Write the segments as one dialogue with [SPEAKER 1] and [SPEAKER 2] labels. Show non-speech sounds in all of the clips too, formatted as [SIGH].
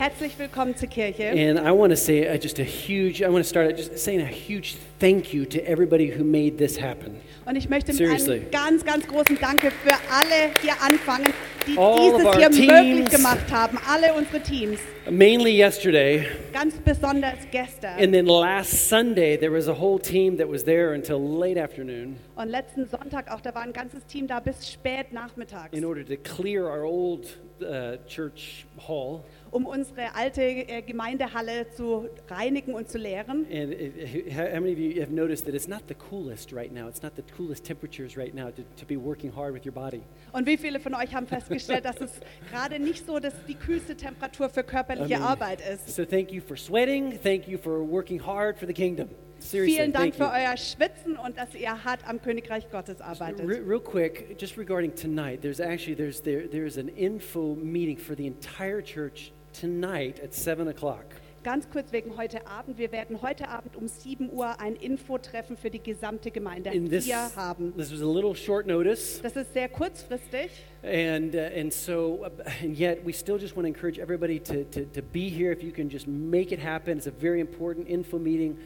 [SPEAKER 1] herzlich willkommen zur Kirche.
[SPEAKER 2] And I want to say uh, just a huge, I want to start out just saying a huge thank you to everybody who made this happen.
[SPEAKER 1] Und ich möchte mit
[SPEAKER 2] Seriously.
[SPEAKER 1] einem ganz, ganz großen Danke für alle hier anfangen, die
[SPEAKER 2] All of
[SPEAKER 1] dieses
[SPEAKER 2] our
[SPEAKER 1] hier
[SPEAKER 2] teams.
[SPEAKER 1] möglich gemacht haben. Alle unsere Teams.
[SPEAKER 2] Mainly yesterday,
[SPEAKER 1] Ganz besonders gestern.
[SPEAKER 2] and then last Sunday, there was a whole team that was there until late afternoon
[SPEAKER 1] Und letzten Sonntag auch, da war ein ganzes Team da bis spät nachmittags,
[SPEAKER 2] in order to clear our old uh, church hall.
[SPEAKER 1] um unsere alte äh, Gemeindehalle zu reinigen und zu leeren.
[SPEAKER 2] And it, how how many of you have noticed that it's not the coolest right now? It's not the coolest temperatures right now to, to be working hard with your body.
[SPEAKER 1] Und wie viele von euch haben festgestellt, dass es gerade nicht so dass die kühlste Temperatur für körperliche Arbeit ist?
[SPEAKER 2] So thank you for sweating. Thank you for working hard for the kingdom. Seriously,
[SPEAKER 1] Vielen Dank
[SPEAKER 2] thank
[SPEAKER 1] für
[SPEAKER 2] you.
[SPEAKER 1] euer Schwitzen und dass ihr hart am Königreich Gottes
[SPEAKER 2] Re-
[SPEAKER 1] arbeitet.
[SPEAKER 2] real quick, just regarding tonight, there's actually there's there there's an info meeting for the entire church tonight at seven o'clock.
[SPEAKER 1] Ganz kurz wegen heute Abend. Wir werden heute Abend um 7 Uhr ein Infotreffen für die gesamte Gemeinde
[SPEAKER 2] In this,
[SPEAKER 1] hier haben.
[SPEAKER 2] this was a little short notice,
[SPEAKER 1] Das ist sehr kurzfristig
[SPEAKER 2] and uh, and so uh, and yet we still just want to encourage everybody to, to to be here if you can just make it happen. It's a very important info meeting,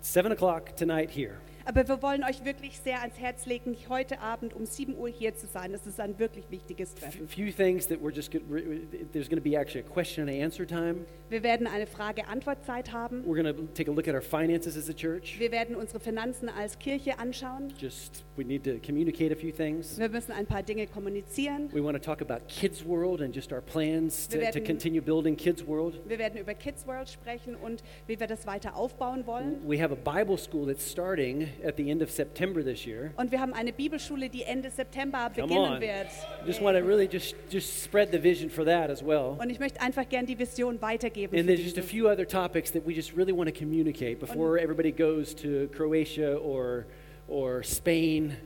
[SPEAKER 2] seven o'clock tonight here.
[SPEAKER 1] Aber wir wollen euch wirklich sehr ans Herz legen, heute Abend um 7 Uhr hier zu sein. Das ist ein wirklich wichtiges
[SPEAKER 2] A
[SPEAKER 1] Treffen.
[SPEAKER 2] few things that we're just good, re- re- there's going to be actually a question and answer time.
[SPEAKER 1] Wir werden eine Frage-Antwort-Zeit haben.
[SPEAKER 2] We're going to take a look at our finances as a church.
[SPEAKER 1] Wir werden unsere Finanzen als Kirche anschauen.
[SPEAKER 2] Just we need to communicate a few things.
[SPEAKER 1] Wir müssen ein paar Dinge kommunizieren.
[SPEAKER 2] We want to talk about Kids World and just our plans to, to
[SPEAKER 1] werden-
[SPEAKER 2] continue building Kids World.
[SPEAKER 1] Wir werden über Kids World sprechen und wie wir das weiter aufbauen wollen.
[SPEAKER 2] We have a Bible school that's starting at the end of September this year.
[SPEAKER 1] Und wir haben eine Bibelschule, die Ende September
[SPEAKER 2] Come
[SPEAKER 1] beginnen
[SPEAKER 2] on.
[SPEAKER 1] wird.
[SPEAKER 2] Just want to really just just spread the vision for that as well.
[SPEAKER 1] Und ich möchte einfach gern die Vision weitergeben.
[SPEAKER 2] And
[SPEAKER 1] für
[SPEAKER 2] there's just a
[SPEAKER 1] dieses.
[SPEAKER 2] few other topics that we just really want to communicate before everybody goes to Croatia or or Spain.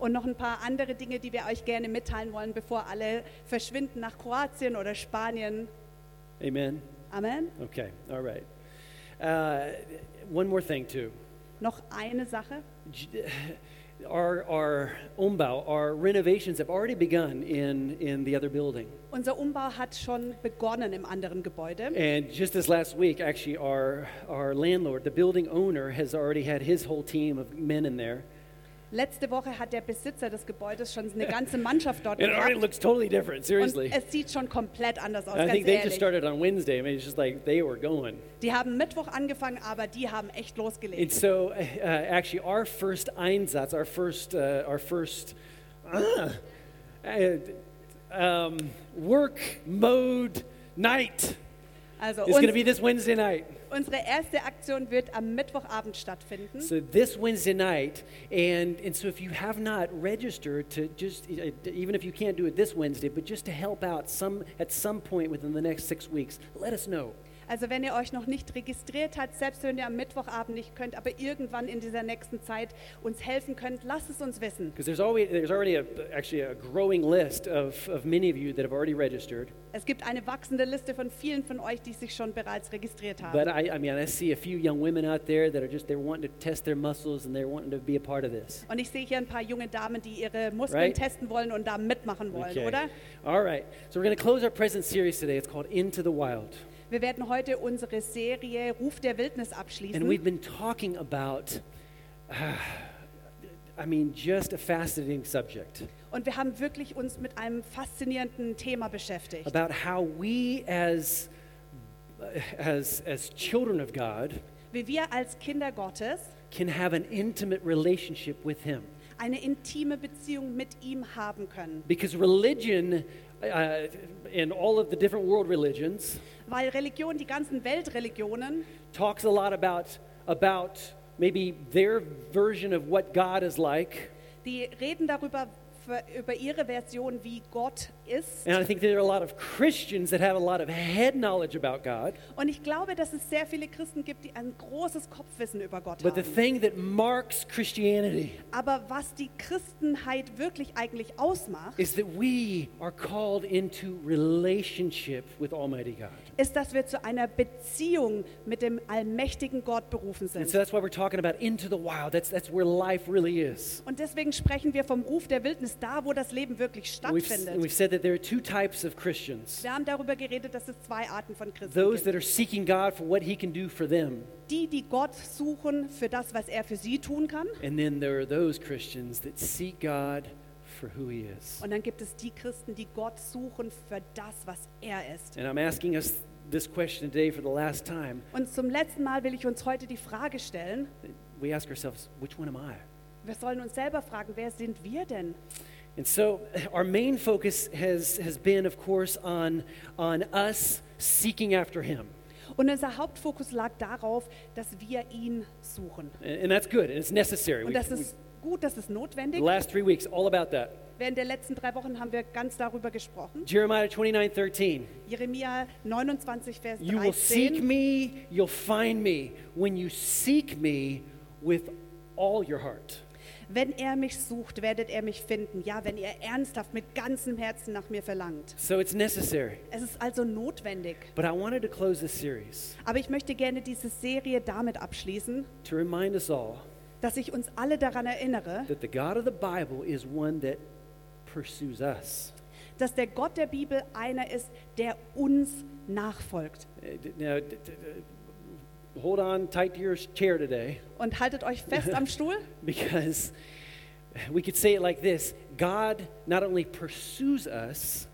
[SPEAKER 1] Und noch ein paar andere Dinge, die wir euch gerne mitteilen wollen, bevor alle verschwinden nach Kroatien oder Spanien.
[SPEAKER 2] Amen.
[SPEAKER 1] Amen.
[SPEAKER 2] Okay. All right. Uh, one more thing too.
[SPEAKER 1] Noch eine Sache.
[SPEAKER 2] J- [SIGHS] Our, our ombau, our renovations have already begun in, in the other building.
[SPEAKER 1] Unser Umbau hat schon begonnen im anderen Gebäude.
[SPEAKER 2] And just this last week, actually, our, our landlord, the building owner, has already had his whole team of men in there.
[SPEAKER 1] Letzte Woche hat der Besitzer des Gebäudes schon eine ganze Mannschaft
[SPEAKER 2] [LAUGHS]
[SPEAKER 1] dort
[SPEAKER 2] It already
[SPEAKER 1] gehabt.
[SPEAKER 2] looks totally different,
[SPEAKER 1] Und
[SPEAKER 2] seriously.
[SPEAKER 1] es sieht schon komplett anders aus,
[SPEAKER 2] I
[SPEAKER 1] ganz
[SPEAKER 2] think they just
[SPEAKER 1] ehrlich.
[SPEAKER 2] started on Wednesday. I mean, it's just like they were going.
[SPEAKER 1] Die haben Mittwoch angefangen, aber die haben echt
[SPEAKER 2] And
[SPEAKER 1] losgelegt.
[SPEAKER 2] so, uh, actually, our first Einsatz, our first, uh, our first uh, uh, um, work mode night
[SPEAKER 1] Also
[SPEAKER 2] It's going to
[SPEAKER 1] uns-
[SPEAKER 2] be this Wednesday night.
[SPEAKER 1] unsere erste Aktion wird am Mittwochabend stattfinden.
[SPEAKER 2] So this Wednesday night, and and so if you have not registered to just uh, even if you can't do it this Wednesday, but just to help out some at some point within the next six weeks, let us know.
[SPEAKER 1] Also wenn ihr euch noch nicht registriert habt, selbst wenn ihr am Mittwochabend nicht könnt, aber irgendwann in dieser nächsten Zeit uns helfen könnt, lasst es uns wissen.
[SPEAKER 2] Because there's always there's already a, actually a growing list of, of many of you that have already registered.
[SPEAKER 1] Es gibt eine wachsende Liste von vielen von euch, die sich schon bereits registriert haben.
[SPEAKER 2] But I, I mean I see a few young women out there that are just they're wanting to test their muscles and they're wanting to be a part of this.
[SPEAKER 1] Und ich sehe hier ein paar junge Damen, die ihre Muskeln
[SPEAKER 2] Right?
[SPEAKER 1] testen wollen und da mitmachen wollen, oder?
[SPEAKER 2] All right. So we're going to close our present series today. It's called Into the Wild.
[SPEAKER 1] Wir werden heute unsere Serie Ruf der Wildnis abschließen.
[SPEAKER 2] And we've been talking about, [SIGHS] I mean, just a fascinating subject
[SPEAKER 1] Und wir haben wirklich uns mit einem faszinierenden Thema beschäftigt.
[SPEAKER 2] about how we as as as children of God
[SPEAKER 1] Wie wir als Kinder Gottes
[SPEAKER 2] can have an intimate relationship with Him,
[SPEAKER 1] eine intime Beziehung mit ihm haben können.
[SPEAKER 2] because religion. Uh, in all of the different world religions,
[SPEAKER 1] Weil Religion, die ganzen Weltreligionen,
[SPEAKER 2] talks a lot about about maybe their version of what God is like,
[SPEAKER 1] die reden darüber, für- über ihre Version, wie Gott ist.
[SPEAKER 2] and I think there are a lot of Christians that have a lot of head knowledge about God,
[SPEAKER 1] Und ich glaube, dass es sehr viele Christen gibt, die ein großes Kopfwissen über Gott
[SPEAKER 2] But the
[SPEAKER 1] haben.
[SPEAKER 2] thing that marks Christianity
[SPEAKER 1] Aber was die Christenheit wirklich eigentlich ausmacht,
[SPEAKER 2] is that we are called into relationship with Almighty God.
[SPEAKER 1] ist, dass wir zu einer Beziehung mit dem allmächtigen Gott berufen
[SPEAKER 2] And
[SPEAKER 1] sind.
[SPEAKER 2] so that's why we're talking about into the wild. That's, that's where life really is.
[SPEAKER 1] Und deswegen sprechen wir vom Ruf der Wildnis, da wo das Leben wirklich
[SPEAKER 2] We've, s-
[SPEAKER 1] stattfindet.
[SPEAKER 2] we've said that that there are two types of Christians
[SPEAKER 1] Wir haben darüber geredet, dass es zwei Arten von Christen
[SPEAKER 2] those
[SPEAKER 1] gibt.
[SPEAKER 2] that are seeking God for what He can do for them,
[SPEAKER 1] Die, die Gott suchen für das, was er für sie tun kann.
[SPEAKER 2] and then there are those Christians that seek God for who He is.
[SPEAKER 1] Und dann gibt es die Christen, die Gott suchen für das, was er ist.
[SPEAKER 2] And I'm asking us this question today for the last time.
[SPEAKER 1] Und zum letzten Mal will ich uns heute die Frage stellen,
[SPEAKER 2] We ask ourselves, which one am I?
[SPEAKER 1] wir sollen uns selber fragen, wer sind wir denn?
[SPEAKER 2] And so our main focus has, has been, of course, on, on us seeking after Him.
[SPEAKER 1] Und unser Hauptfokus lag darauf, dass wir ihn suchen.
[SPEAKER 2] And, and that's good, and it's necessary.
[SPEAKER 1] Und
[SPEAKER 2] We-
[SPEAKER 1] das
[SPEAKER 2] we-
[SPEAKER 1] ist gut, das ist
[SPEAKER 2] the
[SPEAKER 1] notwendig.
[SPEAKER 2] last three weeks, all about that.
[SPEAKER 1] Während der letzten drei Wochen haben wir ganz darüber gesprochen.
[SPEAKER 2] Jeremiah 29 13.
[SPEAKER 1] Jeremia 29, Vers
[SPEAKER 2] You will seek
[SPEAKER 1] 13.
[SPEAKER 2] me, you'll find me when you seek me with all your heart.
[SPEAKER 1] Wenn er mich sucht, werdet er mich finden. Ja, wenn ihr ernsthaft mit ganzem Herzen nach mir verlangt.
[SPEAKER 2] So it's necessary.
[SPEAKER 1] Es ist also notwendig.
[SPEAKER 2] But I wanted to close this series
[SPEAKER 1] Aber ich möchte gerne diese Serie damit abschließen,
[SPEAKER 2] to remind us all
[SPEAKER 1] dass ich uns alle daran erinnere,
[SPEAKER 2] that the God of the Bible is one that pursues us.
[SPEAKER 1] dass der Gott der Bibel einer ist, der uns nachfolgt.
[SPEAKER 2] Uh, d- Now, d- d- d- hold on tight to your chair today [LAUGHS]
[SPEAKER 1] Und haltet euch fest am Stuhl,
[SPEAKER 2] because we could say it like this God not only pursues us,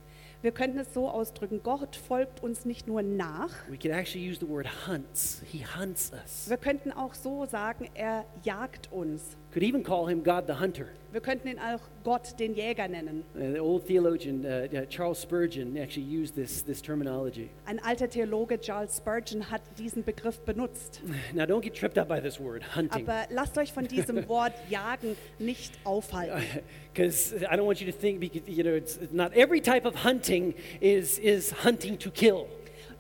[SPEAKER 1] wir könnten es so ausdrücken, Gott folgt uns nicht nur nach,
[SPEAKER 2] we could actually use the word hunts. He hunts us.
[SPEAKER 1] wir könnten auch so sagen, er jagt uns.
[SPEAKER 2] Could even call him God the hunter.
[SPEAKER 1] Wir könnten ihn auch Gott den Jäger nennen.
[SPEAKER 2] Uh, the old theologian uh, uh, Charles Spurgeon actually used this, this terminology. [SIGHS]
[SPEAKER 1] Ein alter Theologe Charles Spurgeon hat diesen Begriff benutzt.
[SPEAKER 2] Now, don't get tripped up by this word, hunting,
[SPEAKER 1] Aber lasst euch von diesem Wort jagen nicht aufhalten.
[SPEAKER 2] [LAUGHS] because I don't want you to think, because, you know, it's not every type of hunting is, is hunting to kill.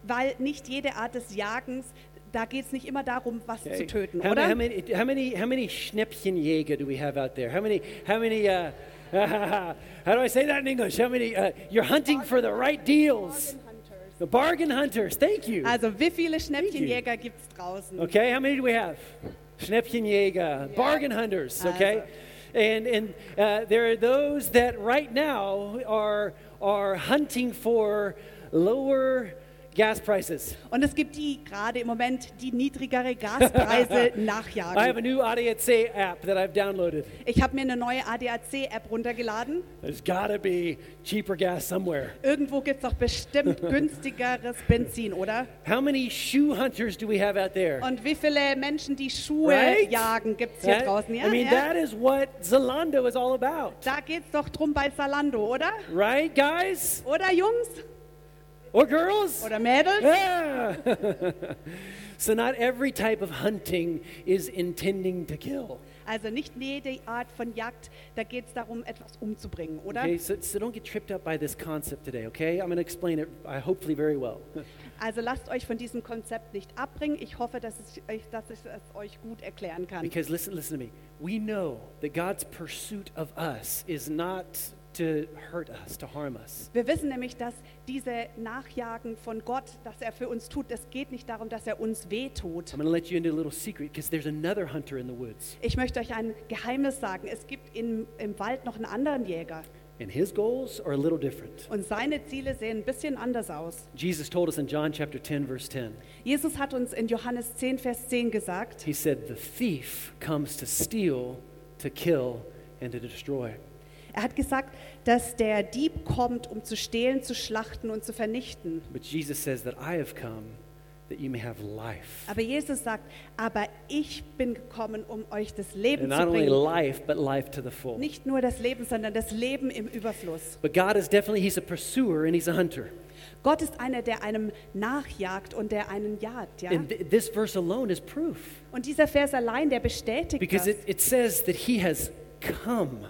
[SPEAKER 1] Weil nicht jede Art des Jagens, da geht es nicht immer darum, was zu töten,
[SPEAKER 2] How,
[SPEAKER 1] oder?
[SPEAKER 2] how many, how many, how many Schnäppchenjäger do we have out there? How many, how many, uh, [LAUGHS] how do I say that in English? How many, uh, you're hunting for the right deals. The bargain hunters, thank you.
[SPEAKER 1] Also wie viele Schnäppchenjäger gibt es draußen?
[SPEAKER 2] Okay, how many do we have? Schnäppchenjäger, bargain hunters, okay? And, and uh, there are those that right now are, are hunting for lower gas prices.
[SPEAKER 1] Und es gibt die gerade im Moment, die niedrigere
[SPEAKER 2] [LAUGHS]
[SPEAKER 1] Gaspreise
[SPEAKER 2] I have a
[SPEAKER 1] nachjagen.
[SPEAKER 2] new ADAC app that I've downloaded.
[SPEAKER 1] Ich habe mir eine neue ADAC-App runtergeladen.
[SPEAKER 2] There's got to be cheaper gas somewhere.
[SPEAKER 1] Irgendwo gibt es doch
[SPEAKER 2] [LAUGHS]
[SPEAKER 1] bestimmt günstigeres Benzin, oder?
[SPEAKER 2] How many shoe hunters do we have out there?
[SPEAKER 1] Und wie viele Menschen, die Schuhe
[SPEAKER 2] Right?
[SPEAKER 1] jagen, gibt es hier
[SPEAKER 2] That-
[SPEAKER 1] draußen? Ja,
[SPEAKER 2] I mean,
[SPEAKER 1] ja.
[SPEAKER 2] that is what Zalando is all about.
[SPEAKER 1] Da geht es doch drum bei Zalando, oder?
[SPEAKER 2] Right, guys?
[SPEAKER 1] Oder Jungs?
[SPEAKER 2] Or girls?
[SPEAKER 1] Oder Mädels?
[SPEAKER 2] Ah! [LAUGHS] so not every type of hunting is intending to kill.
[SPEAKER 1] Also nicht jede Art von Jagd, da geht es darum, etwas umzubringen, oder?
[SPEAKER 2] Okay, so, so don't get tripped up by this concept today, okay? I'm going to explain it uh, hopefully very well.
[SPEAKER 1] Also lasst euch von diesem Konzept nicht abbringen. Ich hoffe, dass, es, euch- dass ich es euch gut erklären kann.
[SPEAKER 2] because listen, listen to me. We know that God's pursuit of us is not to hurt us, to harm us.
[SPEAKER 1] Wir wissen nämlich, dass diese Nachjagen von Gott, das er für uns tut, das geht nicht darum, dass er uns wehtut.
[SPEAKER 2] I'm going to let you into a little secret because there's another hunter in the woods,
[SPEAKER 1] Ich möchte euch ein Geheimnis sagen. Es gibt in, im Wald noch einen anderen Jäger.
[SPEAKER 2] and his goals are a little different.
[SPEAKER 1] Und seine Ziele sehen ein bisschen anders aus.
[SPEAKER 2] Jesus told us in John chapter 10, verse 10,
[SPEAKER 1] Jesus hat uns in Johannes 10, Vers 10 gesagt,
[SPEAKER 2] He said, The thief comes to steal, to kill, and to destroy.
[SPEAKER 1] er hat gesagt, dass der Dieb kommt, um zu stehlen, zu schlachten und zu vernichten.
[SPEAKER 2] But Jesus says that I have come that you may have life.
[SPEAKER 1] Aber Jesus sagt, aber ich bin gekommen, um euch das Leben
[SPEAKER 2] And
[SPEAKER 1] zu
[SPEAKER 2] not only
[SPEAKER 1] bringen.
[SPEAKER 2] life, but life to the full.
[SPEAKER 1] Nicht nur das Leben, sondern das Leben im Überfluss.
[SPEAKER 2] But God is definitely, He's a pursuer and He's a hunter.
[SPEAKER 1] Gott ist einer, der einem nachjagt und der einen jagt. Ja?
[SPEAKER 2] And th- this verse alone is proof
[SPEAKER 1] Und dieser Vers allein, der bestätigt
[SPEAKER 2] because
[SPEAKER 1] das.
[SPEAKER 2] it, it says that He has come.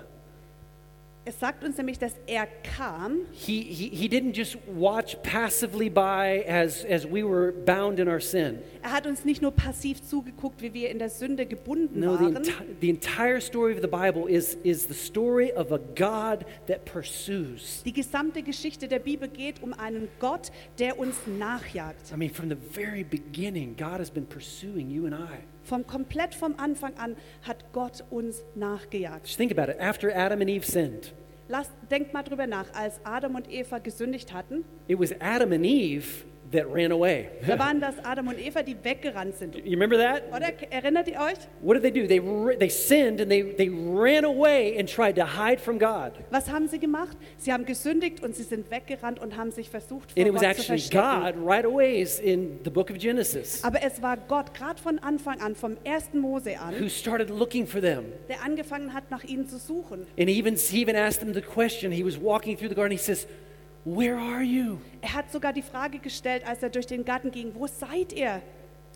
[SPEAKER 1] Es sagt uns nämlich, dass er kam.
[SPEAKER 2] He, he, he didn't just watch passively by as, as we were bound in our sin.
[SPEAKER 1] Er hat uns nicht nur passiv zugeguckt, wie wir in der Sünde gebunden
[SPEAKER 2] No, the,
[SPEAKER 1] waren.
[SPEAKER 2] enti- the entire story of the Bible is, is the story of a God that pursues.
[SPEAKER 1] Die gesamte Geschichte der Bibel geht um einen Gott, der uns nachjagt.
[SPEAKER 2] I mean, from the very beginning, God has been pursuing you and I.
[SPEAKER 1] Vom komplett vom Anfang an hat Gott uns nachgejagt.
[SPEAKER 2] Just think about it. After Adam and Eve sinned,
[SPEAKER 1] Lasst, denkt mal drüber nach, als Adam und Eva gesündigt hatten,
[SPEAKER 2] It was Adam and Eve that ran away.
[SPEAKER 1] da waren das Adam und Eva, die weggerannt sind.
[SPEAKER 2] You remember that?
[SPEAKER 1] Oder K- erinnert ihr euch?
[SPEAKER 2] What did they do? They, r- they sinned and they, they ran away and tried to hide from God.
[SPEAKER 1] Was haben sie gemacht? Sie haben gesündigt und sie sind weggerannt und haben sich versucht vor
[SPEAKER 2] And it was
[SPEAKER 1] Gott zu
[SPEAKER 2] actually
[SPEAKER 1] verstecken.
[SPEAKER 2] God right away is in the book of Genesis
[SPEAKER 1] Aber es war Gott, gerade von Anfang an, vom ersten Mose
[SPEAKER 2] who
[SPEAKER 1] an,
[SPEAKER 2] started looking for them.
[SPEAKER 1] der angefangen hat, nach ihnen zu suchen.
[SPEAKER 2] And he even, he even asked them the question. He was walking through the garden. He says, Where are you?
[SPEAKER 1] Er hat sogar die Frage gestellt, als er durch den Garten ging, wo seid ihr?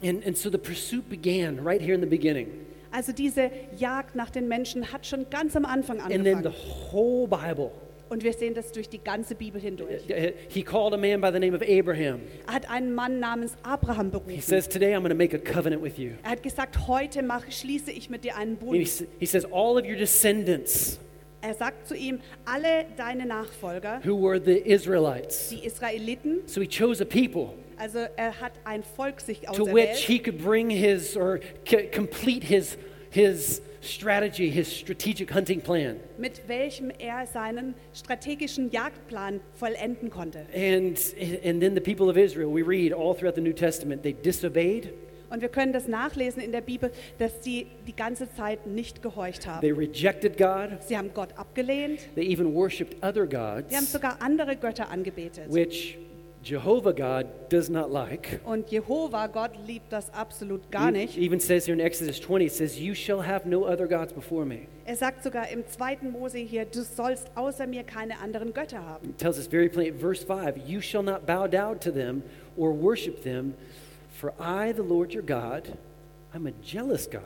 [SPEAKER 2] And, and so the pursuit began right here in the beginning.
[SPEAKER 1] Also diese Jagd nach den Menschen hat schon ganz am Anfang
[SPEAKER 2] And then the
[SPEAKER 1] angefangen.
[SPEAKER 2] whole Bible.
[SPEAKER 1] Und wir sehen das durch die ganze Bibel hindurch.
[SPEAKER 2] Uh, He called a man by the name of Abraham.
[SPEAKER 1] Er hat einen Mann namens Abraham
[SPEAKER 2] He
[SPEAKER 1] berufen.
[SPEAKER 2] says, Today I'm going to make a covenant with you.
[SPEAKER 1] Er hat gesagt, heute mache, schließe ich mit dir einen
[SPEAKER 2] And he,
[SPEAKER 1] Bund.
[SPEAKER 2] s- he says, All of your descendants
[SPEAKER 1] Er sagt zu ihm, alle deine Nachfolger,
[SPEAKER 2] who were the Israelites.
[SPEAKER 1] die Israeliten,
[SPEAKER 2] So he chose a people
[SPEAKER 1] also er hat ein Volk sich
[SPEAKER 2] to which
[SPEAKER 1] auserwählt,
[SPEAKER 2] he could bring his or c- complete his, his strategy, his strategic hunting plan.
[SPEAKER 1] mit welchem er seinen strategischen Jagdplan vollenden konnte.
[SPEAKER 2] And, and then the people of Israel, we read all throughout the New Testament, they disobeyed,
[SPEAKER 1] Und wir können das nachlesen in der Bibel, dass sie die ganze Zeit nicht gehorcht haben.
[SPEAKER 2] they rejected God,
[SPEAKER 1] Sie haben Gott abgelehnt.
[SPEAKER 2] they even worshiped other gods,
[SPEAKER 1] Sie haben sogar andere Götter angebetet.
[SPEAKER 2] which Jehovah God does not like.
[SPEAKER 1] Und Jehova, Gott, liebt das absolut gar
[SPEAKER 2] He
[SPEAKER 1] nicht.
[SPEAKER 2] even says here in Exodus 20, it says, You shall have no other gods before me.
[SPEAKER 1] Er sagt sogar im zweiten Mose hier, du sollst außer mir keine anderen Götter haben.
[SPEAKER 2] It tells us very plainly, verse 5, You shall not bow down to them or worship them, for I, the Lord your God, I'm a jealous God.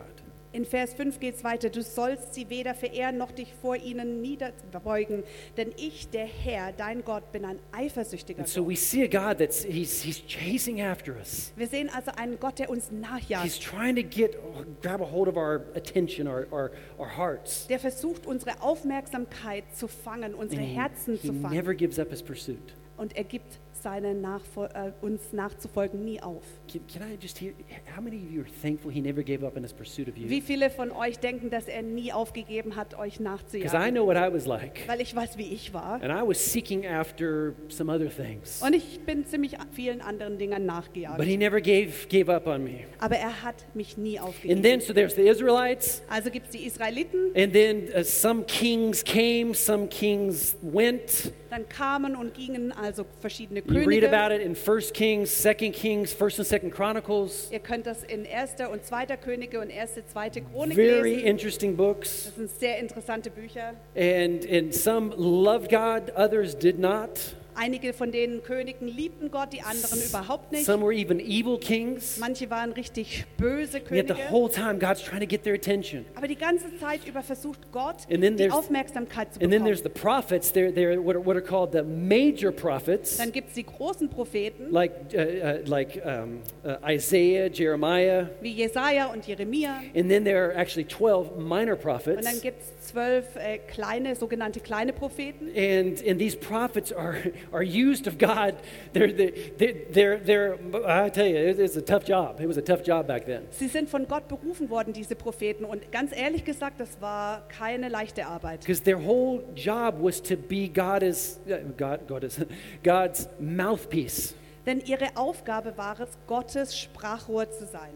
[SPEAKER 1] In Vers 5 geht es weiter, du sollst sie weder verehren noch dich vor ihnen niederbeugen, denn ich, der Herr, dein Gott, bin ein eifersüchtiger
[SPEAKER 2] And so
[SPEAKER 1] Gott.
[SPEAKER 2] we see a God that's, he's, he's chasing after us.
[SPEAKER 1] Wir sehen also einen Gott, der uns
[SPEAKER 2] He's
[SPEAKER 1] nachjagt,
[SPEAKER 2] trying to get, grab a hold of our attention, our, our, our hearts.
[SPEAKER 1] der versucht, unsere Aufmerksamkeit zu fangen, unsere
[SPEAKER 2] And he-
[SPEAKER 1] Herzen
[SPEAKER 2] he
[SPEAKER 1] zu fangen.
[SPEAKER 2] never gives up his pursuit.
[SPEAKER 1] Und er gibt seine Nachfol äh, uns nachzufolgen nie auf.
[SPEAKER 2] Can, can I just hear, how many of you are thankful he never gave up in his pursuit of
[SPEAKER 1] Wie
[SPEAKER 2] you?
[SPEAKER 1] viele von euch denken, dass er nie aufgegeben hat, euch
[SPEAKER 2] Because I
[SPEAKER 1] nachzujagen?
[SPEAKER 2] know what I was like.
[SPEAKER 1] Weil ich weiß, wie ich war.
[SPEAKER 2] And I was seeking after some other things.
[SPEAKER 1] Und ich bin ziemlich vielen anderen Dingen
[SPEAKER 2] But
[SPEAKER 1] nachgejagt.
[SPEAKER 2] he never gave, gave up on me.
[SPEAKER 1] Aber er hat mich nie
[SPEAKER 2] And
[SPEAKER 1] aufgegeben.
[SPEAKER 2] then, so there's the Israelites.
[SPEAKER 1] Also gibt es die Israeliten,
[SPEAKER 2] And then uh, some kings came, some kings went.
[SPEAKER 1] dann kamen und gingen also verschiedene
[SPEAKER 2] You read about
[SPEAKER 1] Könige.
[SPEAKER 2] it in 1 Kings, 2 Kings, 1 and 2 Chronicles.
[SPEAKER 1] Ihr könnt das in 1. und 2. Könige und 1. 2. Chronik
[SPEAKER 2] Very
[SPEAKER 1] lesen.
[SPEAKER 2] interesting books.
[SPEAKER 1] Das sind sehr interessante Bücher.
[SPEAKER 2] And, and some loved God, others did not.
[SPEAKER 1] Einige von den Königen liebten Gott, die anderen überhaupt nicht.
[SPEAKER 2] Some were even evil kings.
[SPEAKER 1] Manche waren richtig böse
[SPEAKER 2] Yet the
[SPEAKER 1] Könige.
[SPEAKER 2] whole time, God's trying to get their attention.
[SPEAKER 1] Aber die ganze Zeit über versucht Gott,
[SPEAKER 2] And then
[SPEAKER 1] die
[SPEAKER 2] there's-
[SPEAKER 1] Aufmerksamkeit zu
[SPEAKER 2] And then there's
[SPEAKER 1] bekommen.
[SPEAKER 2] the prophets. They're, they're what, are, what are called the major prophets,
[SPEAKER 1] Dann gibt es die großen Propheten
[SPEAKER 2] like, uh, uh, like um, uh, Isaiah, Jeremiah.
[SPEAKER 1] wie Jesaja und Jeremia.
[SPEAKER 2] And then there are actually 12 minor
[SPEAKER 1] Und dann
[SPEAKER 2] prophets.
[SPEAKER 1] gibt es zwölf äh, kleine, sogenannte kleine Propheten.
[SPEAKER 2] And, and these prophets are, are used of God. They're, they're, they're, they're, I tell you, it- it's a tough job. It was a tough job back then.
[SPEAKER 1] Sie sind von Gott berufen worden, diese Propheten. Und ganz ehrlich gesagt, das war keine leichte Arbeit.
[SPEAKER 2] Because their whole job was to be God is, uh, God, God is, [LAUGHS] God's mouthpiece,
[SPEAKER 1] Denn ihre Aufgabe war es, Gottes Sprachrohr zu sein.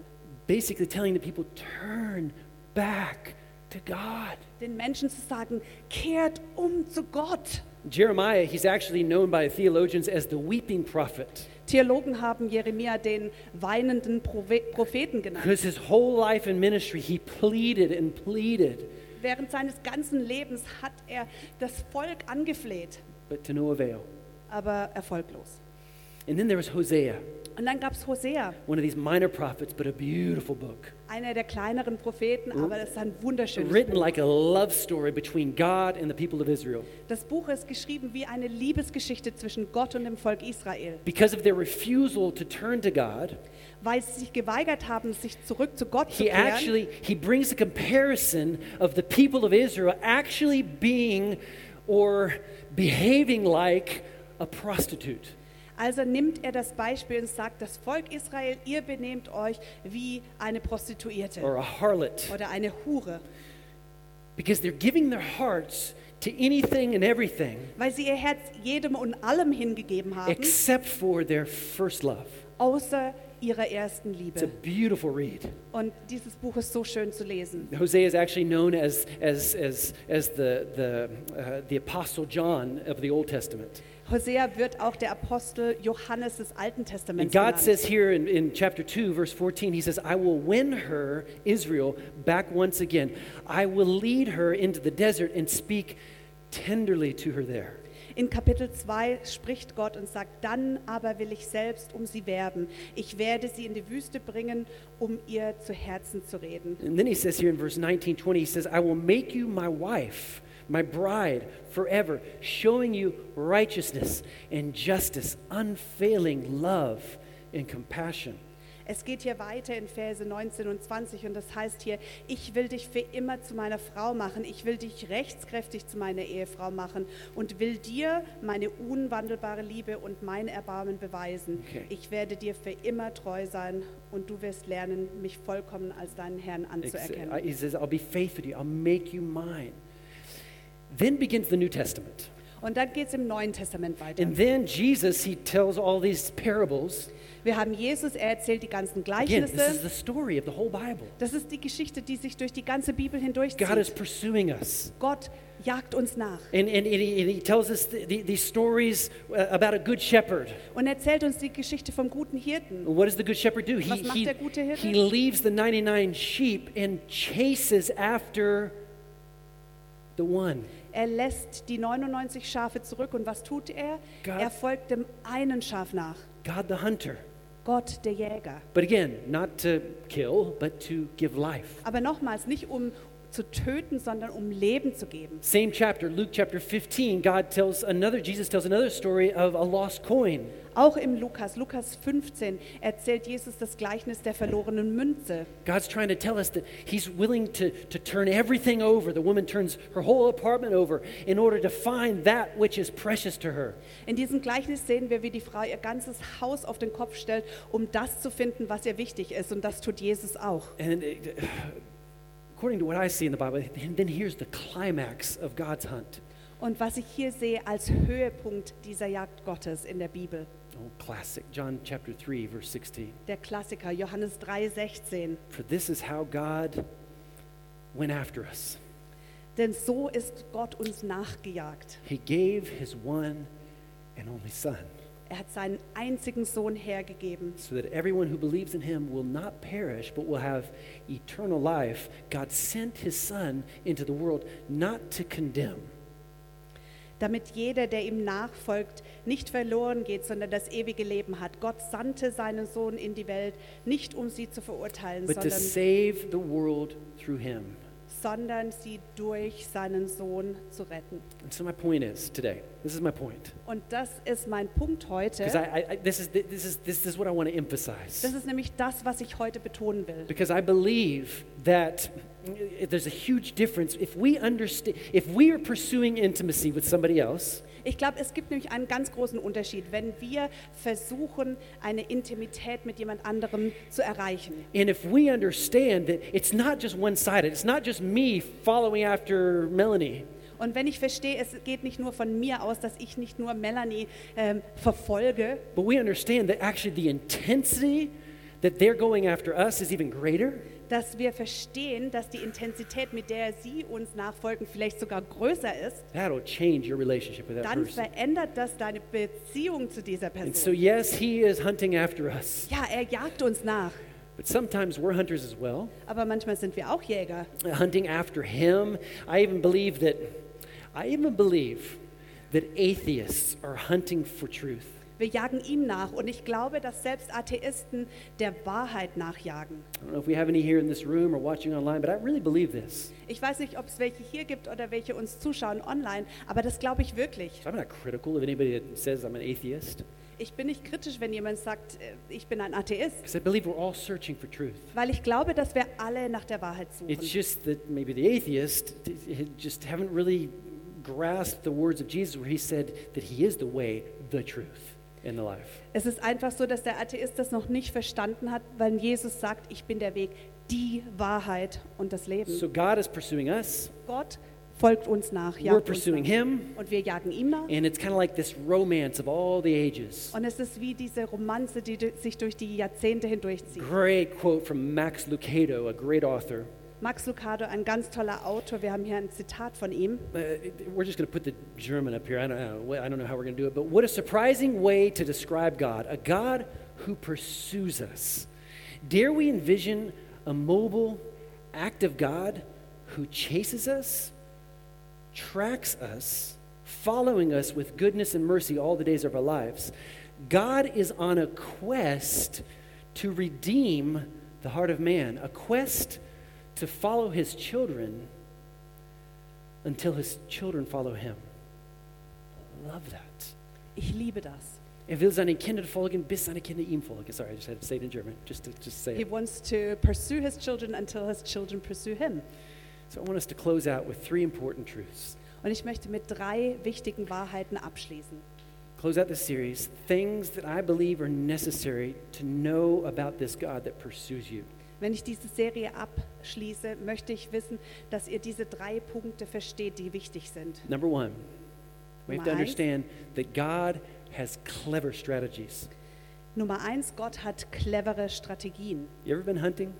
[SPEAKER 2] basically telling the people, turn back to God.
[SPEAKER 1] Den Menschen zu sagen, kehrt um zu Gott.
[SPEAKER 2] Jeremiah, he's actually known by theologians as the weeping prophet
[SPEAKER 1] Theologen haben Jeremia den weinenden Prove- Propheten genannt.
[SPEAKER 2] because his whole life in ministry, he pleaded and pleaded,
[SPEAKER 1] Während seines ganzen Lebens hat er das Volk angefleht,
[SPEAKER 2] but to no avail.
[SPEAKER 1] aber erfolglos.
[SPEAKER 2] And then there was Hosea,
[SPEAKER 1] Und dann gab es Hosea,
[SPEAKER 2] one of these minor prophets, but a beautiful book.
[SPEAKER 1] einer der kleineren Propheten, aber das ist ein wunderschönes
[SPEAKER 2] Hm. Written
[SPEAKER 1] Buch.
[SPEAKER 2] like a love story between God and the people of Israel.
[SPEAKER 1] Das Buch ist geschrieben wie eine Liebesgeschichte zwischen Gott und dem Volk Israel,
[SPEAKER 2] Because of their refusal to turn to God,
[SPEAKER 1] weil sie sich geweigert haben, sich zurück zu Gott zu
[SPEAKER 2] he
[SPEAKER 1] kehren.
[SPEAKER 2] actually he brings a comparison of the people of Israel actually being or behaving like a prostitute.
[SPEAKER 1] Also nimmt er das Beispiel und sagt, das Volk Israel, ihr benehmt euch wie eine Prostituierte
[SPEAKER 2] or a harlot
[SPEAKER 1] oder eine Hure.
[SPEAKER 2] because they're giving their hearts to anything and everything
[SPEAKER 1] weil sie ihr Herz jedem und allem hingegeben haben,
[SPEAKER 2] except for their first love.
[SPEAKER 1] außer ihrer ersten
[SPEAKER 2] It's a
[SPEAKER 1] Liebe.
[SPEAKER 2] beautiful read.
[SPEAKER 1] Und dieses Buch ist so schön zu lesen.
[SPEAKER 2] Hosea is actually known as, as, as, as the, the, uh, the Apostle John of the Old Testament.
[SPEAKER 1] Hosea wird auch der Apostel Johannes des Alten
[SPEAKER 2] And
[SPEAKER 1] Testaments
[SPEAKER 2] God
[SPEAKER 1] genannt.
[SPEAKER 2] says here in, in chapter 2, verse 14, He says, I will win her, Israel, back once again. I will lead her into the desert and speak tenderly to her there.
[SPEAKER 1] In Kapitel 2 spricht Gott und sagt, dann aber will ich selbst um sie werben. Ich werde sie in die Wüste bringen, um ihr zu Herzen zu reden.
[SPEAKER 2] And then He says here in verse 19, 20, He says, I will make you my wife, my bride forever, showing you righteousness and justice, unfailing love and compassion.
[SPEAKER 1] Es geht hier weiter in Verse 19 und 20 und das heißt hier, ich will dich für immer zu meiner Frau machen, ich will dich rechtskräftig zu meiner Ehefrau machen und will dir meine unwandelbare Liebe und mein Erbarmen beweisen.
[SPEAKER 2] Okay.
[SPEAKER 1] Ich werde dir für immer treu sein und du wirst lernen, mich vollkommen als deinen Herrn
[SPEAKER 2] Ex-
[SPEAKER 1] anzuerkennen.
[SPEAKER 2] I- He says, I'll be faithful to you. I'll make you mine. Then begins the New Testament.
[SPEAKER 1] Und dann geht es im Neuen Testament weiter.
[SPEAKER 2] And then Jesus, he tells all these parables.
[SPEAKER 1] Wir haben Jesus, er erzählt die ganzen
[SPEAKER 2] Again, this is
[SPEAKER 1] Gleichnisse.
[SPEAKER 2] the story of the whole Bible.
[SPEAKER 1] Das ist die Geschichte, die sich durch die ganze Bibel
[SPEAKER 2] God is
[SPEAKER 1] hindurchzieht.
[SPEAKER 2] pursuing us.
[SPEAKER 1] Gott jagt uns nach
[SPEAKER 2] And, and, and he, and he tells us th- the, these stories uh, about a good shepherd.
[SPEAKER 1] und erzählt uns die Geschichte vom guten Hirten.
[SPEAKER 2] And What does the good shepherd do? He,
[SPEAKER 1] Was macht
[SPEAKER 2] he,
[SPEAKER 1] der gute Hirte?
[SPEAKER 2] he leaves the 99 sheep and chases after the one.
[SPEAKER 1] Er lässt die 99 Schafe zurück und was tut er?
[SPEAKER 2] God-
[SPEAKER 1] Er folgt dem einen Schaf nach,
[SPEAKER 2] God the hunter.
[SPEAKER 1] Gott der Jäger.
[SPEAKER 2] But again, not to kill, but to give life.
[SPEAKER 1] Aber nochmals, nicht um zu töten, sondern um Leben zu geben.
[SPEAKER 2] Same chapter, Luke chapter 15, God tells another, Jesus tells another story of a lost coin.
[SPEAKER 1] Auch im Lukas, Lukas 15, erzählt Jesus das Gleichnis der verlorenen Münze.
[SPEAKER 2] God's trying to tell us that He's willing to, to turn everything over. The woman turns her whole apartment over in order to find that which is precious to her.
[SPEAKER 1] In diesem Gleichnis sehen wir, wie die Frau ihr ganzes Haus auf den Kopf stellt, um das zu finden, was ihr wichtig ist. Und das tut Jesus auch.
[SPEAKER 2] And it, according to what I see in the Bible, and then here's the climax of God's hunt.
[SPEAKER 1] Und was ich hier sehe als Höhepunkt dieser Jagd Gottes in der Bibel,
[SPEAKER 2] Oh, classic. John chapter 3, verse 16.
[SPEAKER 1] der Klassiker Johannes 3,16.
[SPEAKER 2] For this is how God went after us.
[SPEAKER 1] Denn so ist Gott uns nachgejagt.
[SPEAKER 2] He gave His one and only Son.
[SPEAKER 1] Er hat seinen einzigen Sohn hergegeben,
[SPEAKER 2] so that everyone who believes in him will not perish but will have eternal life. God sent his son into the world not to condemn,
[SPEAKER 1] damit jeder, der ihm nachfolgt, nicht verloren geht, sondern das ewige Leben hat. Gott sandte seinen Sohn in die Welt, nicht um sie zu verurteilen,
[SPEAKER 2] but to
[SPEAKER 1] sondern
[SPEAKER 2] save the world through him.
[SPEAKER 1] sondern sie durch seinen Sohn zu retten.
[SPEAKER 2] And so my point is today. This is my point
[SPEAKER 1] Und das ist mein Punkt heute.
[SPEAKER 2] because I, I, I- this is this is this is what I want to emphasize
[SPEAKER 1] Das ist nämlich das, was ich heute betonen will.
[SPEAKER 2] because I believe that uh, there's a huge difference if we understand if we are pursuing intimacy with somebody else
[SPEAKER 1] Ich glaube, es gibt nämlich einen ganz großen Unterschied, wenn wir versuchen, eine Intimität mit jemand anderem zu erreichen.
[SPEAKER 2] And if we understand that it's not just one sided, it's not just me following after Melanie,
[SPEAKER 1] Und wenn ich verstehe, es geht nicht nur von mir aus, dass ich nicht nur Melanie ähm, verfolge,
[SPEAKER 2] but we understand that actually the intensity that they're going after us is even greater.
[SPEAKER 1] dass wir verstehen, dass die Intensität, mit der sie uns nachfolgen, vielleicht sogar größer ist,
[SPEAKER 2] That'll change your relationship with that
[SPEAKER 1] dann
[SPEAKER 2] person.
[SPEAKER 1] verändert das deine Beziehung zu dieser Person.
[SPEAKER 2] And so, yes, he is hunting after us,
[SPEAKER 1] Ja, er jagt uns nach.
[SPEAKER 2] but sometimes we're hunters as well,
[SPEAKER 1] Aber manchmal sind wir auch Jäger.
[SPEAKER 2] hunting after him. I even believe that, I even believe that atheists are hunting for truth.
[SPEAKER 1] Wir jagen ihm nach. Und ich glaube, dass selbst Atheisten der Wahrheit nachjagen.
[SPEAKER 2] I don't know if we have any here in this room or watching online, but I really believe this.
[SPEAKER 1] Ich weiß nicht, ob es welche hier gibt oder welche uns zuschauen online, aber das glaube ich wirklich.
[SPEAKER 2] So I'm not critical of anybody that says I'm an atheist,
[SPEAKER 1] Ich bin nicht kritisch, wenn jemand sagt, äh, ich bin ein Atheist,
[SPEAKER 2] because I believe we're all searching for truth.
[SPEAKER 1] weil ich glaube, dass wir alle nach der Wahrheit suchen.
[SPEAKER 2] It's just that maybe the atheists just haven't really grasped the words of Jesus where he said that he is the way, the truth, and the life.
[SPEAKER 1] Es ist einfach so, dass der Atheist das noch nicht verstanden hat, weil Jesus sagt, ich bin der Weg, die Wahrheit und das Leben.
[SPEAKER 2] So God is pursuing us,
[SPEAKER 1] Gott folgt uns nach.
[SPEAKER 2] We're
[SPEAKER 1] jagt uns
[SPEAKER 2] pursuing
[SPEAKER 1] nach.
[SPEAKER 2] him,
[SPEAKER 1] Und wir jagen ihm nach.
[SPEAKER 2] and it's kind of like this romance of all the ages.
[SPEAKER 1] Und es ist wie diese Romanze, die du- sich durch die Jahrzehnte hindurchzieht.
[SPEAKER 2] Great quote from Max Lucado, a great author.
[SPEAKER 1] Max Lucado, ein ganz toller Autor. Wir haben hier ein Zitat von ihm.
[SPEAKER 2] Uh, it- we're just going to put the German up here. I don't, know, I don't know how we're going to do it, but what a surprising way to describe God a God who pursues us. Dare we envision a mobile, active God who chases us, tracks us, following us with goodness and mercy all the days of our lives? God is on a quest to redeem the heart of man, a quest to follow his children until his children follow him. Love that.
[SPEAKER 1] Ich liebe das.
[SPEAKER 2] Er will seine Kinder folgen, bis seine Kinder ihm folgen. Sorry, I just had to say it in German, just to just say
[SPEAKER 1] He
[SPEAKER 2] it.
[SPEAKER 1] wants to pursue his children until his children pursue him.
[SPEAKER 2] So I want us to close out with three important truths.
[SPEAKER 1] Und ich möchte mit drei wichtigen Wahrheiten abschließen.
[SPEAKER 2] Close out this series. Things that I believe are necessary to know about this God that pursues you.
[SPEAKER 1] Wenn ich diese Serie abschließe, möchte ich wissen, dass ihr diese drei Punkte versteht, die wichtig sind.
[SPEAKER 2] Number one, we have to
[SPEAKER 1] Nummer eins.
[SPEAKER 2] understand that God has clever strategies.
[SPEAKER 1] Nummer eins, Gott hat clevere Strategien.
[SPEAKER 2] You ever been hunting?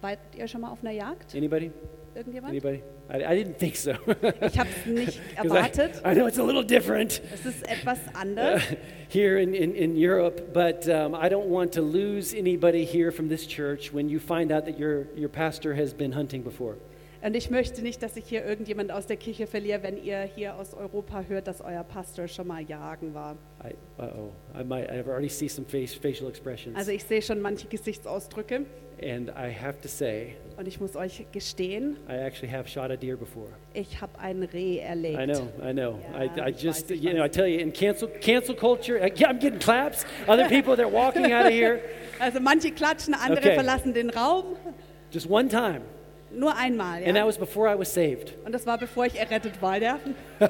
[SPEAKER 1] Wart ihr schon mal auf einer Jagd?
[SPEAKER 2] Anybody?
[SPEAKER 1] Irgendjemand?
[SPEAKER 2] Anybody? I, I didn't think so. [LAUGHS]
[SPEAKER 1] Ich habe es nicht
[SPEAKER 2] 'Cause I-
[SPEAKER 1] erwartet.
[SPEAKER 2] I know it's a little different.
[SPEAKER 1] Es ist etwas
[SPEAKER 2] uh, [LAUGHS]
[SPEAKER 1] anders.
[SPEAKER 2] here in, in, in Europe, but um, I don't want to lose anybody here from this church when you find out that your, your pastor has been hunting before.
[SPEAKER 1] Und ich möchte nicht, dass ich hier irgendjemand aus der Kirche verliere, wenn ihr hier aus Europa hört, dass euer Pastor schon mal jagen war.
[SPEAKER 2] I, uh-oh, I might, I've already seen some face, facial expressions.
[SPEAKER 1] Also ich sehe schon manche Gesichtsausdrücke
[SPEAKER 2] and I have to say,
[SPEAKER 1] und ich muss euch gestehen,
[SPEAKER 2] I actually have shot a deer before.
[SPEAKER 1] ich habe ein Reh erlegt.
[SPEAKER 2] I know, I know. I,
[SPEAKER 1] Yeah,
[SPEAKER 2] I
[SPEAKER 1] it's
[SPEAKER 2] just,
[SPEAKER 1] nice, it's
[SPEAKER 2] you know, I
[SPEAKER 1] nice.
[SPEAKER 2] tell you, in cancel, cancel culture, I, yeah, I'm getting claps. Other people, they're walking out of here.
[SPEAKER 1] [LAUGHS] Also manche klatschen, andere
[SPEAKER 2] Okay.
[SPEAKER 1] verlassen den Raum.
[SPEAKER 2] Just one time.
[SPEAKER 1] Nur einmal,
[SPEAKER 2] And that
[SPEAKER 1] ja.
[SPEAKER 2] was before I was saved. [LAUGHS]
[SPEAKER 1] Und das war, bevor ich errettet war, ja.
[SPEAKER 2] I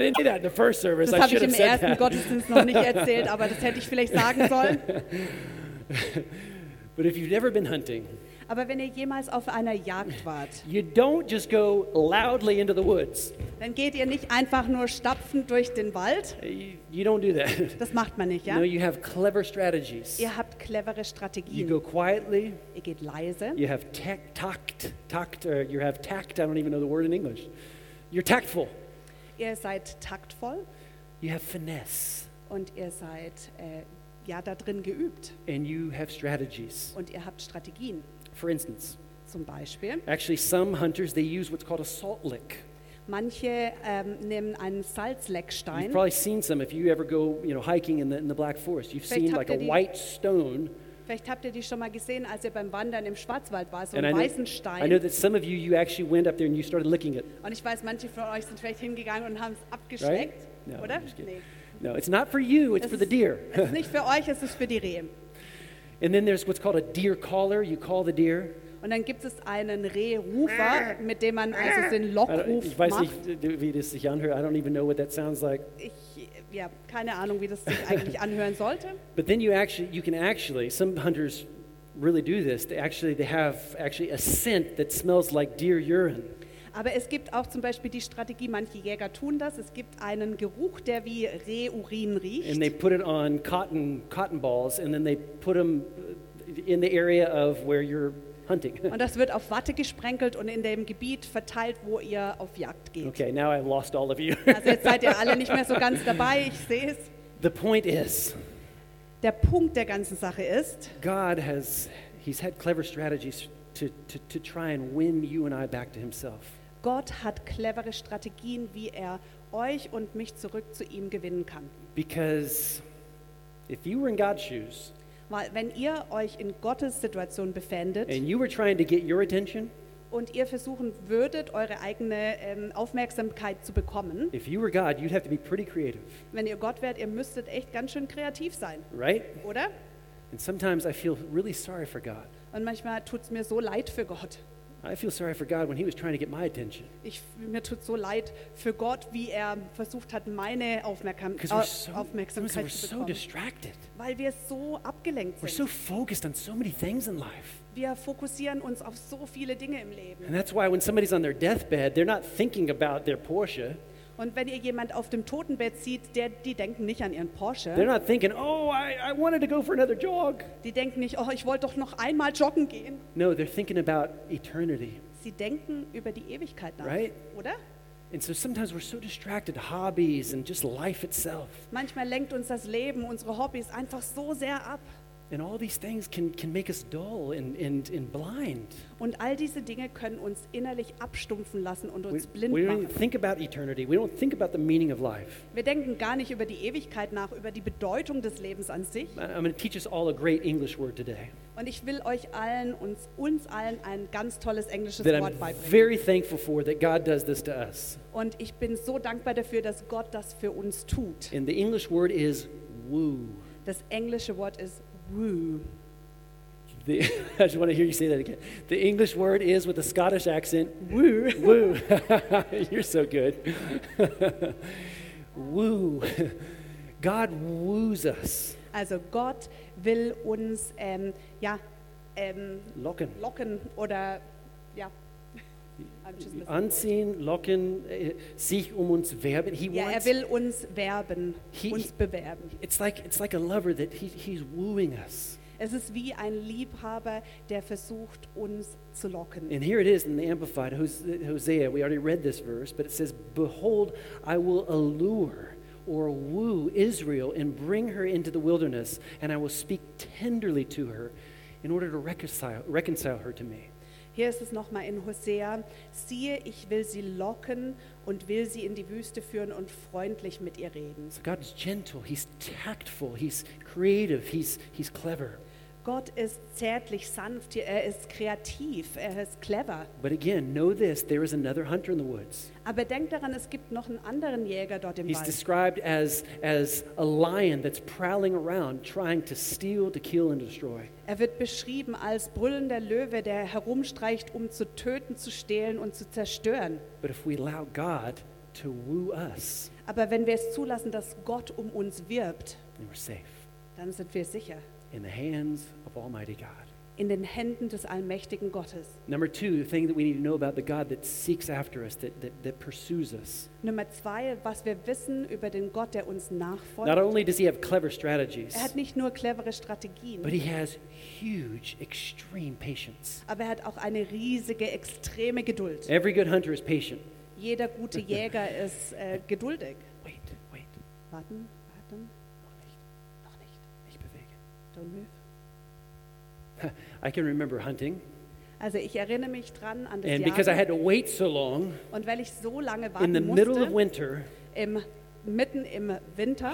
[SPEAKER 2] didn't do that in the first service.
[SPEAKER 1] Das
[SPEAKER 2] I
[SPEAKER 1] habe ich
[SPEAKER 2] should have
[SPEAKER 1] im
[SPEAKER 2] said
[SPEAKER 1] ersten
[SPEAKER 2] that.
[SPEAKER 1] Gottesdienst noch
[SPEAKER 2] [LAUGHS]
[SPEAKER 1] nicht erzählt, aber das hätte ich vielleicht sagen sollen.
[SPEAKER 2] But if you've never been hunting,
[SPEAKER 1] Aber wenn ihr jemals auf einer Jagd wart,
[SPEAKER 2] You don't just go loudly into the woods.
[SPEAKER 1] dann geht ihr nicht einfach nur stapfend durch den Wald.
[SPEAKER 2] You, you don't do that. [LAUGHS]
[SPEAKER 1] Das macht man nicht, ja?
[SPEAKER 2] No, you have clever strategies.
[SPEAKER 1] Ihr habt clevere
[SPEAKER 2] You
[SPEAKER 1] Strategien.
[SPEAKER 2] go quietly.
[SPEAKER 1] Ihr geht leise.
[SPEAKER 2] You have tact, tact, tact, or you have tact. I don't even know the word in English. You're tactful.
[SPEAKER 1] Ihr seid taktvoll
[SPEAKER 2] You have finesse,
[SPEAKER 1] und ihr seid äh, ja da drin geübt
[SPEAKER 2] and you have strategies.
[SPEAKER 1] und ihr habt Strategien.
[SPEAKER 2] For instance,
[SPEAKER 1] Zum Beispiel,
[SPEAKER 2] actually, some hunters they use what's called a salt lick.
[SPEAKER 1] manche ähm, nehmen einen
[SPEAKER 2] You've
[SPEAKER 1] Salzleckstein.
[SPEAKER 2] probably seen some if you ever go, you know, hiking in the in the Black Forest. You've
[SPEAKER 1] Vielleicht
[SPEAKER 2] seen
[SPEAKER 1] habt
[SPEAKER 2] like
[SPEAKER 1] ihr
[SPEAKER 2] a
[SPEAKER 1] die-
[SPEAKER 2] white stone.
[SPEAKER 1] Vielleicht habt ihr die schon mal gesehen, als ihr beim Wandern im Schwarzwald war, so
[SPEAKER 2] And
[SPEAKER 1] einen
[SPEAKER 2] I
[SPEAKER 1] weißen
[SPEAKER 2] know, I know
[SPEAKER 1] Stein.
[SPEAKER 2] that some of you, you actually went up there and you started licking it.
[SPEAKER 1] Und ich weiß, manche von euch sind vielleicht hingegangen und haben es
[SPEAKER 2] right?
[SPEAKER 1] abgeschleckt,
[SPEAKER 2] No, I'm
[SPEAKER 1] oder?
[SPEAKER 2] just kidding.
[SPEAKER 1] Nee.
[SPEAKER 2] No, it's not for you, it's
[SPEAKER 1] Es
[SPEAKER 2] for the
[SPEAKER 1] ist-
[SPEAKER 2] deer.
[SPEAKER 1] Es ist nicht für euch, es ist für die Rehe.
[SPEAKER 2] And then there's what's called a deer caller. You call the deer.
[SPEAKER 1] Und dann gibt es einen Rehrufer, mit dem man also den
[SPEAKER 2] I don't- ich
[SPEAKER 1] Lockruf
[SPEAKER 2] weiß
[SPEAKER 1] macht.
[SPEAKER 2] nicht, wie das sich anhört. I don't even know what that sounds like.
[SPEAKER 1] Ich, ja, keine Ahnung, wie das sich eigentlich anhören sollte.
[SPEAKER 2] But then you actually, you can actually, some hunters really do this. They actually, they have actually a scent that smells like deer urine.
[SPEAKER 1] Aber es gibt auch zum Beispiel die Strategie, manche Jäger tun das, es gibt einen Geruch, der wie Rehurin
[SPEAKER 2] And they
[SPEAKER 1] riecht.
[SPEAKER 2] put it on cotton, cotton balls, and then they put them in the area of where you're hunting. [LAUGHS]
[SPEAKER 1] Und das wird auf Watte gesprenkelt und in dem Gebiet verteilt, wo ihr auf Jagd geht.
[SPEAKER 2] okay, now I've lost all of you. [LAUGHS]
[SPEAKER 1] Also jetzt seid ihr alle nicht mehr so ganz dabei, ich sehe es.
[SPEAKER 2] the point is,
[SPEAKER 1] Der Punkt der ganzen Sache ist,
[SPEAKER 2] God has, he's had clever strategies to, to, to try and win you and I back to himself.
[SPEAKER 1] Gott hat clevere Strategien, wie er euch und mich zurück zu ihm gewinnen kann.
[SPEAKER 2] Because if you were in God's shoes
[SPEAKER 1] Weil wenn ihr euch in Gottes Situation befändet
[SPEAKER 2] and you were trying to get your attention,
[SPEAKER 1] und ihr versuchen würdet, eure eigene ähm, Aufmerksamkeit zu bekommen,
[SPEAKER 2] if you were God, you'd have to be pretty creative,
[SPEAKER 1] wenn ihr Gott wärt, ihr müsstet echt ganz schön kreativ sein,
[SPEAKER 2] right?
[SPEAKER 1] oder?
[SPEAKER 2] And sometimes I feel really sorry for God.
[SPEAKER 1] Und manchmal tut es mir so leid für Gott.
[SPEAKER 2] I feel sorry for God when He was trying to get my attention
[SPEAKER 1] Ich, mir tut so leid für Gott, wie er versucht hat, meine Aufmerksam äh,
[SPEAKER 2] because we're so, listen,
[SPEAKER 1] Aufmerksamkeit
[SPEAKER 2] we're
[SPEAKER 1] zu
[SPEAKER 2] so
[SPEAKER 1] bekommen.
[SPEAKER 2] distracted.
[SPEAKER 1] Weil wir so abgelenkt
[SPEAKER 2] We're
[SPEAKER 1] sind.
[SPEAKER 2] so focused on so many things in life.
[SPEAKER 1] wir fokussieren uns auf so viele Dinge im Leben.
[SPEAKER 2] And that's why when somebody's on their deathbed, they're not thinking about their Porsche.
[SPEAKER 1] Und wenn ihr jemand auf dem Totenbett sieht, der, die denken nicht an ihren
[SPEAKER 2] They're
[SPEAKER 1] Porsche.
[SPEAKER 2] not thinking, oh, I, I wanted to go for another jog.
[SPEAKER 1] Die denken nicht, oh, ich wollte doch noch einmal joggen gehen.
[SPEAKER 2] No, they're thinking about eternity.
[SPEAKER 1] Sie denken über die Ewigkeit nach,
[SPEAKER 2] Right.
[SPEAKER 1] oder?
[SPEAKER 2] And so sometimes we're so distracted, hobbies and just life itself.
[SPEAKER 1] Manchmal lenkt uns das Leben, unsere Hobbys einfach so sehr ab.
[SPEAKER 2] And all these things can, can make us dull and, and, and blind.
[SPEAKER 1] Und all diese Dinge können uns innerlich abstumpfen lassen und
[SPEAKER 2] We,
[SPEAKER 1] uns blind
[SPEAKER 2] we don't
[SPEAKER 1] machen.
[SPEAKER 2] even think about eternity. We don't think about the meaning of life.
[SPEAKER 1] Wir denken gar nicht über die Ewigkeit nach, über die Bedeutung des Lebens an sich.
[SPEAKER 2] I- I'm going to teach us all a great English word today
[SPEAKER 1] Und ich will euch allen, uns, uns allen ein ganz tolles englisches
[SPEAKER 2] that
[SPEAKER 1] Wort
[SPEAKER 2] I'm
[SPEAKER 1] beibringen.
[SPEAKER 2] very thankful for that God does this to us.
[SPEAKER 1] Und ich bin so dankbar dafür, dass Gott das für uns tut.
[SPEAKER 2] And the English word is woo.
[SPEAKER 1] Das englische Wort ist woo.
[SPEAKER 2] The, [LAUGHS] I just want to hear you say that again. The English word is with a Scottish accent
[SPEAKER 1] Woo.
[SPEAKER 2] [LAUGHS] Woo. You're so good. [LAUGHS] woo. God woos us.
[SPEAKER 1] Also Gott will uns ähm, ja, ähm,
[SPEAKER 2] Locken.
[SPEAKER 1] locken oder
[SPEAKER 2] [LAUGHS]
[SPEAKER 1] ja. I'm just missing a word.
[SPEAKER 2] Anziehen, locken, äh, sich um uns werben. He
[SPEAKER 1] ja, er
[SPEAKER 2] wants,
[SPEAKER 1] will uns werben,
[SPEAKER 2] He-
[SPEAKER 1] uns bewerben.
[SPEAKER 2] it's, like, it's like a lover that he, he's wooing us.
[SPEAKER 1] Es ist wie ein Liebhaber, der versucht, uns zu locken.
[SPEAKER 2] And here it is in the Amplified Hos- Hosea. We already read this verse, but it says, Behold, I will allure or woo Israel and bring her into the wilderness, and I will speak tenderly to her in order to reconcile, reconcile her to me.
[SPEAKER 1] Hier ist es nochmal in Hosea. Siehe, ich will sie locken und will sie in die Wüste führen und freundlich mit ihr reden.
[SPEAKER 2] So God's gentle, He's tactful, He's creative, He's, he's clever.
[SPEAKER 1] Gott ist zärtlich, sanft, er ist kreativ, er ist clever.
[SPEAKER 2] But again, know this there is another hunter in the woods.
[SPEAKER 1] Aber denk daran, es gibt noch einen anderen Jäger dort im
[SPEAKER 2] He's
[SPEAKER 1] Wald.
[SPEAKER 2] described as, as a lion that's prowling around trying to steal, to kill, and destroy.
[SPEAKER 1] Er wird beschrieben als brüllender Löwe, der herumstreicht, um zu töten, zu stehlen und zu zerstören.
[SPEAKER 2] But if we allow God to woo us,
[SPEAKER 1] Aber wenn wir es zulassen, dass Gott um uns wirbt,
[SPEAKER 2] then we're safe
[SPEAKER 1] dann sind wir sicher
[SPEAKER 2] in the hands of Almighty God.
[SPEAKER 1] in den Händen des allmächtigen Gottes.
[SPEAKER 2] Number two, the thing that we need to know about the God that seeks after us, that, that, that pursues us.
[SPEAKER 1] Nummer zwei, was wir wissen über den Gott, der uns
[SPEAKER 2] Not
[SPEAKER 1] nachfolgt.
[SPEAKER 2] only does he have clever strategies,
[SPEAKER 1] Er hat nicht nur clevere
[SPEAKER 2] but
[SPEAKER 1] Strategien,
[SPEAKER 2] he has huge, extreme patience.
[SPEAKER 1] aber er hat auch eine riesige, extreme Geduld.
[SPEAKER 2] Every good hunter is patient.
[SPEAKER 1] Jeder gute Jäger ist äh, geduldig.
[SPEAKER 2] Wait, wait.
[SPEAKER 1] Warten, warten. Noch nicht, noch nicht.
[SPEAKER 2] Nicht bewegen.
[SPEAKER 1] Don't move.
[SPEAKER 2] [LAUGHS] I can remember hunting,
[SPEAKER 1] Also ich erinnere mich dran an das
[SPEAKER 2] and because I
[SPEAKER 1] Jagen.
[SPEAKER 2] had to wait so long
[SPEAKER 1] Und weil ich so lange
[SPEAKER 2] in the
[SPEAKER 1] warten
[SPEAKER 2] middle of
[SPEAKER 1] musste,
[SPEAKER 2] winter,
[SPEAKER 1] im, mitten im Winter,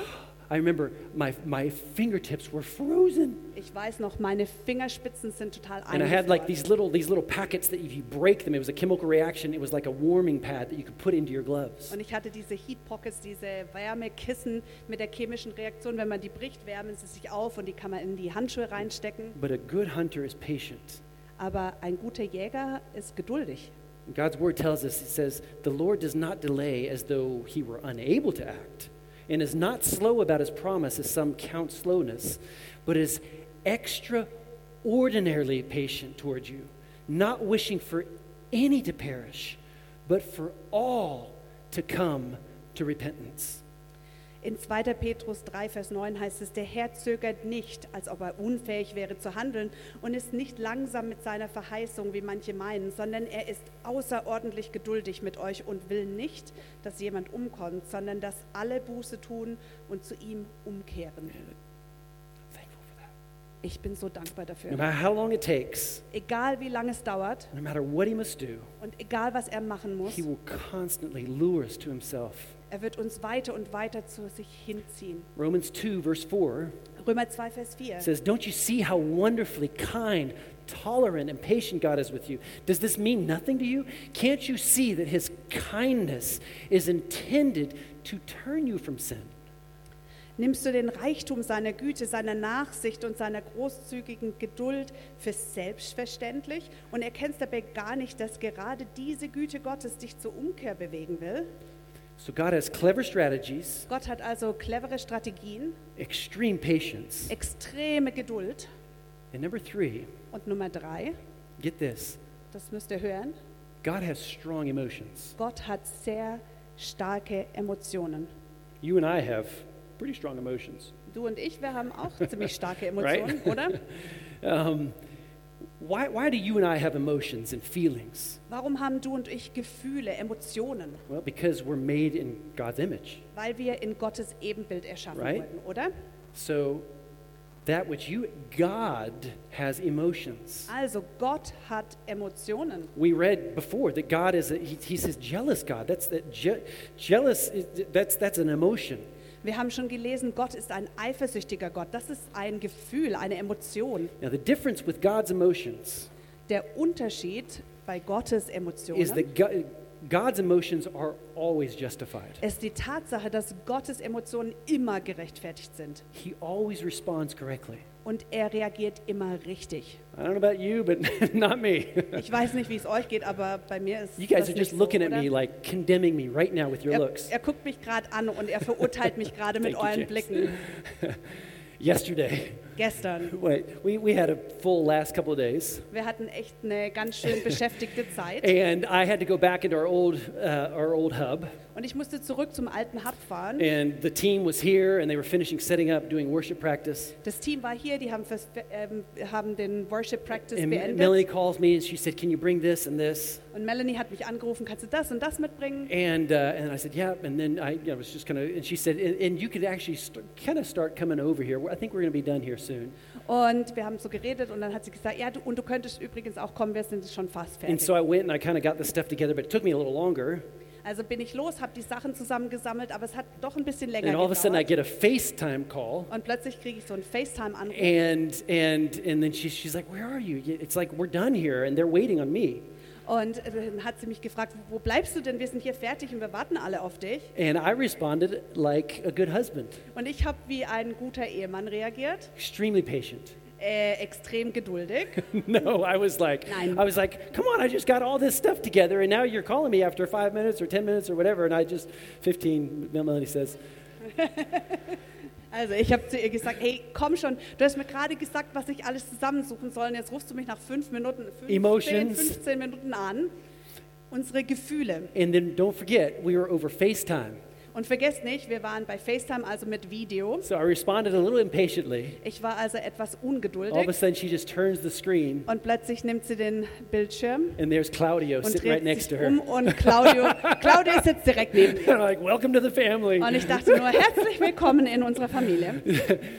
[SPEAKER 2] I remember my, my fingertips were frozen,
[SPEAKER 1] ich weiß noch, meine Fingerspitzen sind total
[SPEAKER 2] and I had like these
[SPEAKER 1] eingefroren.
[SPEAKER 2] little these little packets that if you break them, it was a chemical reaction. It was like a warming pad that you could put into your gloves.
[SPEAKER 1] Und ich hatte diese Heat Pockets, diese Wärmekissen mit der chemischen Reaktion. Wenn man die bricht, wärmen sie sich auf und die kann man in die Handschuhe reinstecken.
[SPEAKER 2] But a good hunter is patient.
[SPEAKER 1] Aber ein guter Jäger ist geduldig.
[SPEAKER 2] And God's word tells us, it says, the Lord does not delay as though he were unable to act, and is not slow about his promise as some count slowness, but is extraordinarily patient towards you, not wishing for any to perish, but for all to come to repentance.
[SPEAKER 1] In 2. Petrus 3, Vers 9 heißt es, der Herr zögert nicht, als ob er unfähig wäre zu handeln und ist nicht langsam mit seiner Verheißung, wie manche meinen, sondern er ist außerordentlich geduldig mit euch und will nicht, dass jemand umkommt, sondern dass alle Buße tun und zu ihm umkehren.
[SPEAKER 2] I'm thankful for that.
[SPEAKER 1] Ich bin so dankbar
[SPEAKER 2] No
[SPEAKER 1] dafür.
[SPEAKER 2] matter how long it takes,
[SPEAKER 1] Egal wie lange es dauert
[SPEAKER 2] no matter what he must do,
[SPEAKER 1] und egal was er machen muss,
[SPEAKER 2] he will constantly lure us to himself.
[SPEAKER 1] er wird uns weiter und weiter zu sich hinziehen.
[SPEAKER 2] Romans 2, verse 4.
[SPEAKER 1] Römer 2, Vers 4.
[SPEAKER 2] It says, Don't you see how wonderfully kind, tolerant, and patient God is with you? Does this mean nothing to you? Can't you see that His kindness is intended to turn you from sin?
[SPEAKER 1] nimmst du den Reichtum seiner Güte, seiner Nachsicht und seiner großzügigen Geduld für selbstverständlich und erkennst dabei gar nicht, dass gerade diese Güte Gottes dich zur Umkehr bewegen will?
[SPEAKER 2] So God has clever strategies,
[SPEAKER 1] Gott hat also clevere Strategien,
[SPEAKER 2] extreme patience.
[SPEAKER 1] extreme Geduld.
[SPEAKER 2] And number three,
[SPEAKER 1] Und Nummer drei,
[SPEAKER 2] get this
[SPEAKER 1] das müsst ihr hören,
[SPEAKER 2] God has strong emotions.
[SPEAKER 1] Gott hat sehr starke Emotionen.
[SPEAKER 2] You and I have pretty strong emotions.
[SPEAKER 1] Du und ich, wir haben auch ziemlich starke Emotionen, oder?
[SPEAKER 2] Um, why, why do you and I have emotions and feelings?
[SPEAKER 1] Warum haben du und ich Gefühle, Emotionen?
[SPEAKER 2] Well, because we're made in God's image.
[SPEAKER 1] Weil wir in Gottes Ebenbild erschaffen
[SPEAKER 2] Right.
[SPEAKER 1] wurden, oder?
[SPEAKER 2] So that which you, God has emotions.
[SPEAKER 1] Also Gott hat Emotionen.
[SPEAKER 2] We read before that God is, a, he, he says, jealous God. That's that je, jealous, is, that's, that's an emotion.
[SPEAKER 1] Wir haben schon gelesen, Gott ist ein eifersüchtiger Gott. Das ist ein Gefühl, eine Emotion.
[SPEAKER 2] Now, the difference with God's emotions
[SPEAKER 1] Der Unterschied bei Gottes
[SPEAKER 2] is
[SPEAKER 1] Emotionen
[SPEAKER 2] that Go- God's emotions are always justified.
[SPEAKER 1] ist die Tatsache, dass Gottes Emotionen immer gerechtfertigt sind.
[SPEAKER 2] He always responds correctly.
[SPEAKER 1] Und er reagiert immer richtig.
[SPEAKER 2] I don't know about you, but [LAUGHS] not me.
[SPEAKER 1] Ich weiß nicht, wie es euch geht, aber bei mir ist
[SPEAKER 2] You guys
[SPEAKER 1] das
[SPEAKER 2] are
[SPEAKER 1] nicht
[SPEAKER 2] just looking
[SPEAKER 1] so,
[SPEAKER 2] at
[SPEAKER 1] oder?
[SPEAKER 2] me like condemning me right now with your
[SPEAKER 1] er,
[SPEAKER 2] looks.
[SPEAKER 1] er guckt mich gerade an und er verurteilt mich
[SPEAKER 2] [LAUGHS]
[SPEAKER 1] gerade mit
[SPEAKER 2] Thank you,
[SPEAKER 1] euren
[SPEAKER 2] James.
[SPEAKER 1] Blicken.
[SPEAKER 2] Yesterday, [LAUGHS]
[SPEAKER 1] Gestern.
[SPEAKER 2] wait, we, we had a full last couple of days,
[SPEAKER 1] Wir hatten echt eine ganz schön beschäftigte Zeit.
[SPEAKER 2] and I had to go back into our old, uh, our old hub.
[SPEAKER 1] Und ich musste zurück zum alten Hub fahren.
[SPEAKER 2] And the team was here, and they were finishing setting up, doing worship practice.
[SPEAKER 1] Das Team war hier, die haben, fürs, ähm, haben den Worship Practice
[SPEAKER 2] And
[SPEAKER 1] beendet.
[SPEAKER 2] Ähm, Melanie calls me, and she said, "Can you bring this and this?"
[SPEAKER 1] und Melanie hat mich angerufen, kannst du das und das mitbringen?
[SPEAKER 2] And uh, and I said, "Yeah." And then I, I was just gonna. And she said, "And, and you could actually st- kind of start coming over here. I think we're gonna be done here soon."
[SPEAKER 1] Und wir haben so geredet und dann hat sie gesagt, ja, du, und du könntest übrigens auch kommen, wir sind schon fast
[SPEAKER 2] And
[SPEAKER 1] fertig.
[SPEAKER 2] so I went, and I kind of got the stuff together, but it took me a little longer.
[SPEAKER 1] also bin ich los, habe die Sachen zusammengesammelt, aber es hat doch ein bisschen länger
[SPEAKER 2] And all of a sudden, I
[SPEAKER 1] gedauert.
[SPEAKER 2] get a FaceTime call,
[SPEAKER 1] Und plötzlich kriege ich so einen
[SPEAKER 2] Äh.
[SPEAKER 1] FaceTime-Anruf.
[SPEAKER 2] and and and then she, she's like, "Where are you?" It's like we're done here, and they're waiting on me.
[SPEAKER 1] Und äh, dann hat sie mich gefragt, wo bleibst du denn? Wir sind hier fertig und wir warten alle auf dich.
[SPEAKER 2] And I responded like a good husband,
[SPEAKER 1] Und ich habe wie ein guter Ehemann reagiert,
[SPEAKER 2] extremely patient. [LAUGHS]
[SPEAKER 1] äh, extrem geduldig.
[SPEAKER 2] No, I was like,
[SPEAKER 1] Nine.
[SPEAKER 2] I was like, come on, I just got all this stuff together, and now you're calling me after five minutes or ten minutes or whatever, and I just fifteen. Melanie says,
[SPEAKER 1] Also ich habe zu ihr gesagt, hey, komm schon, du hast mir gerade gesagt, was ich alles zusammensuchen soll. Und jetzt rufst du mich nach fünf Minuten, 15,
[SPEAKER 2] Emotions.
[SPEAKER 1] 15 Minuten an. Unsere Gefühle.
[SPEAKER 2] and then don't forget, we were over FaceTime,
[SPEAKER 1] Und vergesst nicht, wir waren bei FaceTime, also mit Video.
[SPEAKER 2] so I responded a little impatiently.
[SPEAKER 1] Ich war also etwas
[SPEAKER 2] All of a
[SPEAKER 1] ungeduldig.
[SPEAKER 2] sudden, she just turns the screen,
[SPEAKER 1] Und plötzlich nimmt sie den Bildschirm
[SPEAKER 2] and there's Claudio
[SPEAKER 1] und
[SPEAKER 2] sitting right
[SPEAKER 1] dreht
[SPEAKER 2] next to
[SPEAKER 1] sich
[SPEAKER 2] her. [LAUGHS]
[SPEAKER 1] um. Und Claudio, Claudio sitzt direkt neben ihr.
[SPEAKER 2] And I'm like, welcome to the family.
[SPEAKER 1] Und ich dachte nur, herzlich willkommen in unserer Familie.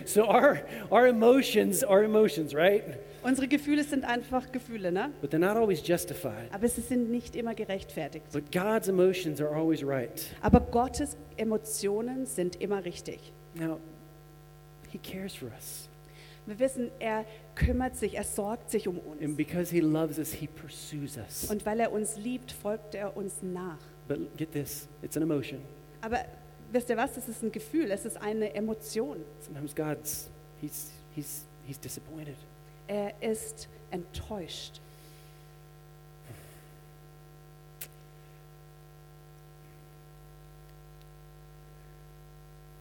[SPEAKER 2] So our our emotions are emotions, right?
[SPEAKER 1] Unsere Gefühle sind einfach Gefühle, ne?
[SPEAKER 2] But they're not always justified.
[SPEAKER 1] Aber sie sind nicht immer gerechtfertigt.
[SPEAKER 2] But God's emotions are always right.
[SPEAKER 1] Aber Gottes Emotionen sind immer richtig.
[SPEAKER 2] Now, He cares for us.
[SPEAKER 1] Wir wissen, er kümmert sich, er sorgt sich um
[SPEAKER 2] And
[SPEAKER 1] uns.
[SPEAKER 2] because he loves us, he pursues us.
[SPEAKER 1] Und weil er uns liebt, folgt er uns nach.
[SPEAKER 2] But get this it's an emotion.
[SPEAKER 1] Aber wisst ihr was? Es ist ein Gefühl, es ist eine Emotion.
[SPEAKER 2] Sometimes God's, he's, he's, he's disappointed.
[SPEAKER 1] Er ist enttäuscht.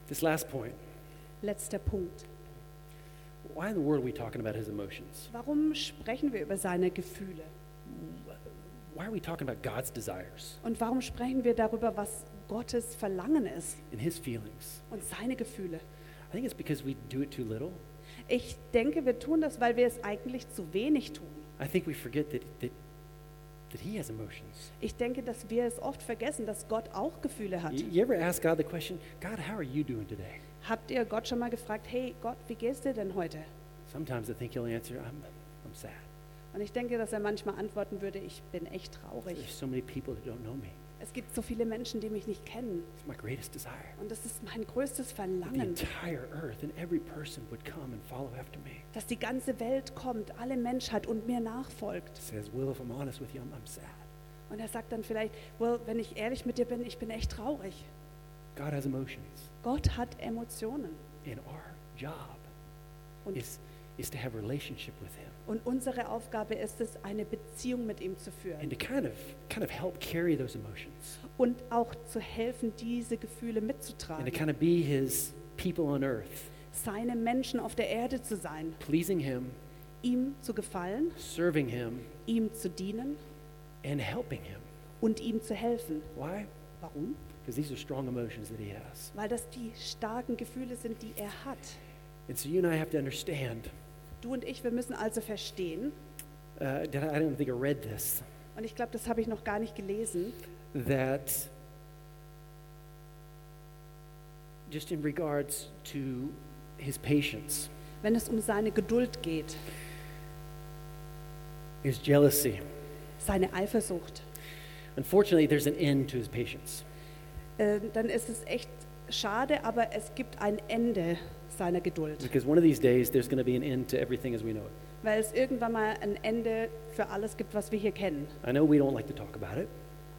[SPEAKER 2] This last point
[SPEAKER 1] Letzter Punkt.
[SPEAKER 2] why in the world are we talking about his emotions?
[SPEAKER 1] Warum sprechen wir über seine Gefühle?
[SPEAKER 2] Why are we talking about God's desires
[SPEAKER 1] Und warum sprechen wir darüber, was Gottes Verlangen ist
[SPEAKER 2] and his feelings?
[SPEAKER 1] und seine Gefühle?
[SPEAKER 2] I think it's because we do it too little.
[SPEAKER 1] Ich denke, wir tun das, weil wir es eigentlich zu wenig tun.
[SPEAKER 2] I think we forget that, that, that he has emotions.
[SPEAKER 1] Ich denke, dass wir es oft vergessen, dass Gott auch Gefühle hat.
[SPEAKER 2] You, you ever ask God the question, God, how are you doing today?
[SPEAKER 1] Habt ihr Gott schon mal gefragt, hey Gott, wie geht's dir denn heute?
[SPEAKER 2] Sometimes I think he'll answer, I'm, I'm sad.
[SPEAKER 1] Und ich denke, dass er manchmal antworten würde, ich bin echt
[SPEAKER 2] There's
[SPEAKER 1] traurig.
[SPEAKER 2] so many people that don't know me.
[SPEAKER 1] Es gibt so viele Menschen, die mich nicht kennen.
[SPEAKER 2] It's my greatest desire.
[SPEAKER 1] Und das ist mein größtes
[SPEAKER 2] that the
[SPEAKER 1] Verlangen,
[SPEAKER 2] entire earth and every person would come and follow after me.
[SPEAKER 1] dass die ganze Welt kommt, alle Menschheit und mir nachfolgt.
[SPEAKER 2] Says, Will, if I'm honest with you, I'm, I'm sad.
[SPEAKER 1] Und er sagt dann vielleicht, well, wenn ich ehrlich mit dir bin, ich bin echt traurig.
[SPEAKER 2] God has emotions.
[SPEAKER 1] Gott hat Emotionen.
[SPEAKER 2] And our job
[SPEAKER 1] Und,
[SPEAKER 2] is, is to have a relationship with him
[SPEAKER 1] und unsere Aufgabe ist es, eine Beziehung mit ihm zu
[SPEAKER 2] and
[SPEAKER 1] führen
[SPEAKER 2] to kind of, kind of help carry those emotions
[SPEAKER 1] und auch zu helfen, diese Gefühle
[SPEAKER 2] and to
[SPEAKER 1] mitzutragen,
[SPEAKER 2] kind of be his people on earth,
[SPEAKER 1] seine Menschen auf der Erde zu sein,
[SPEAKER 2] pleasing him,
[SPEAKER 1] ihm zu gefallen,
[SPEAKER 2] serving him,
[SPEAKER 1] ihm zu dienen
[SPEAKER 2] and helping him.
[SPEAKER 1] und ihm zu helfen.
[SPEAKER 2] Why?
[SPEAKER 1] Warum?
[SPEAKER 2] Because these are strong emotions that he has.
[SPEAKER 1] Weil das die starken Gefühle sind, die er hat.
[SPEAKER 2] And so you and I have to understand.
[SPEAKER 1] Du und ich, wir müssen also verstehen,
[SPEAKER 2] Uh, did I, I don't think I read this.
[SPEAKER 1] und ich glaube, das habe ich noch gar nicht gelesen,
[SPEAKER 2] that just in regards to his patience,
[SPEAKER 1] wenn es um seine Geduld geht,
[SPEAKER 2] his jealousy,
[SPEAKER 1] seine Eifersucht,
[SPEAKER 2] unfortunately, there's an end to his patience.
[SPEAKER 1] äh, dann ist es echt schade, aber es gibt ein Ende seiner Geduld,
[SPEAKER 2] Because one of these days, there's going to be an end to everything as we know it.
[SPEAKER 1] weil es irgendwann mal ein Ende für alles gibt, was wir hier kennen.
[SPEAKER 2] I know we don't like to talk about it,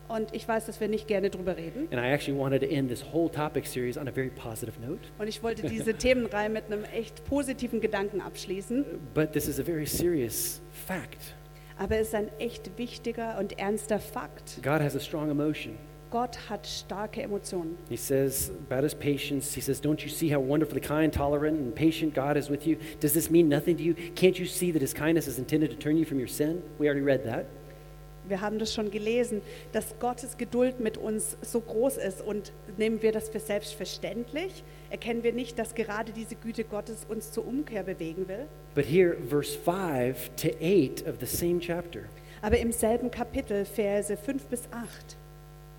[SPEAKER 1] Und ich weiß, dass wir nicht gerne drüber reden.
[SPEAKER 2] and I actually wanted to end this whole topic series on a very positive note.
[SPEAKER 1] Und ich wollte diese Themenreihe mit einem echt positiven Gedanken abschließen.
[SPEAKER 2] But this is a very serious fact.
[SPEAKER 1] Aber es ist ein echt wichtiger und ernster Fakt.
[SPEAKER 2] God has a strong emotion.
[SPEAKER 1] Gott hat starke Emotionen.
[SPEAKER 2] He says about his patience, he says, Don't you see how wonderfully kind, tolerant, and patient God is with you? Does this mean nothing to you? Can't you see that his kindness is intended to turn you from your sin? We already read that.
[SPEAKER 1] Wir haben das schon gelesen, dass Gottes Geduld mit uns so groß ist und nehmen wir das für selbstverständlich? Erkennen wir nicht, dass gerade diese Güte Gottes uns zur Umkehr bewegen will?
[SPEAKER 2] But here, verse 5 to 8 of the same chapter,
[SPEAKER 1] Aber im selben Kapitel, Verse 5 bis 8,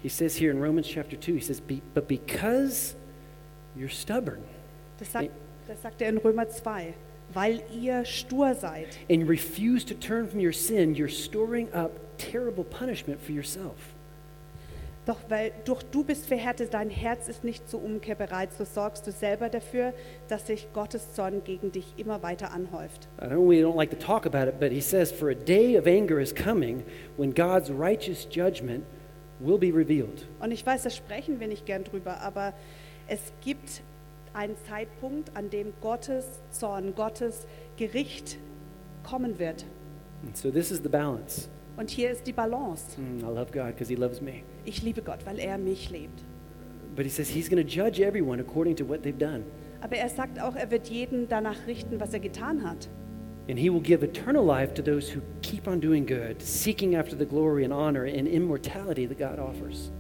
[SPEAKER 2] he says here in Romans chapter 2, he says, "Be- But because you're stubborn
[SPEAKER 1] das sagt, das sagt er in Römer 2, weil ihr stur seid
[SPEAKER 2] and refuse to turn from your sin, you're storing up terrible punishment for yourself.
[SPEAKER 1] Doch weil durch du bist verhärtet, dein Herz ist nicht zur Umkehr bereit, so sorgst du selber dafür, dass sich Gottes Zorn gegen dich immer weiter anhäuft.
[SPEAKER 2] I know we don't like to talk about it, but he says, For a day of anger is coming when God's righteous judgment will be revealed.
[SPEAKER 1] Und ich weiß, da sprechen wir nicht gern drüber, aber es gibt einen Zeitpunkt, an dem Gottes Zorn, Gottes Gericht kommen wird.
[SPEAKER 2] And so this is the balance.
[SPEAKER 1] Und hier ist die Balance.
[SPEAKER 2] Mm, I love God because he loves me.
[SPEAKER 1] Ich liebe Gott, weil er mich liebt.
[SPEAKER 2] But he says he's going to judge everyone according to what they've done.
[SPEAKER 1] Aber er sagt auch, er wird jeden danach richten, was er getan hat.
[SPEAKER 2] And he will give eternal life to those who keep on doing good, seeking after the glory and honor and immortality that God offers.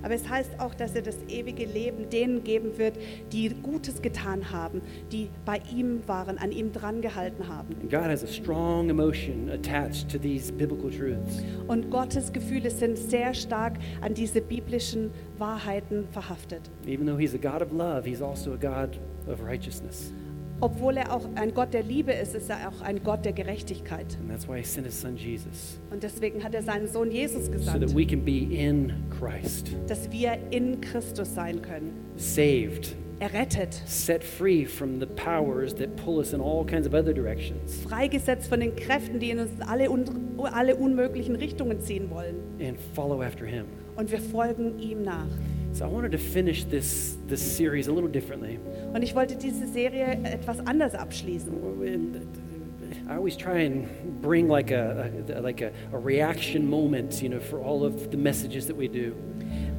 [SPEAKER 1] Aber es heißt auch, dass er das ewige Leben denen geben wird, die Gutes getan haben, die bei ihm waren, an ihm drangehalten haben.
[SPEAKER 2] And God has a strong emotion attached to these biblical truths.
[SPEAKER 1] Und Gottes Gefühle sind sehr stark an diese biblischen Wahrheiten verhaftet.
[SPEAKER 2] Even though he's a God of love, he's also a God of righteousness.
[SPEAKER 1] Obwohl er auch ein Gott der Liebe ist, ist er auch ein Gott der Gerechtigkeit.
[SPEAKER 2] And that's why he sent his son Jesus.
[SPEAKER 1] Und deswegen hat er seinen Sohn Jesus
[SPEAKER 2] so that
[SPEAKER 1] gesandt,
[SPEAKER 2] we can be in Christ,
[SPEAKER 1] dass wir in Christus sein können,
[SPEAKER 2] saved,
[SPEAKER 1] errettet,
[SPEAKER 2] set free from the powers that pull us in all kinds of other directions,
[SPEAKER 1] freigesetzt von den Kräften, die in uns alle, un alle unmöglichen Richtungen ziehen wollen.
[SPEAKER 2] and follow after Him.
[SPEAKER 1] Und wir folgen ihm nach.
[SPEAKER 2] So I wanted to finish this this series a little differently.
[SPEAKER 1] Und ich wollte diese Serie etwas anders abschließen.
[SPEAKER 2] I always try and bring like a, a like a, a reaction moment, you know, for all of the messages that we do.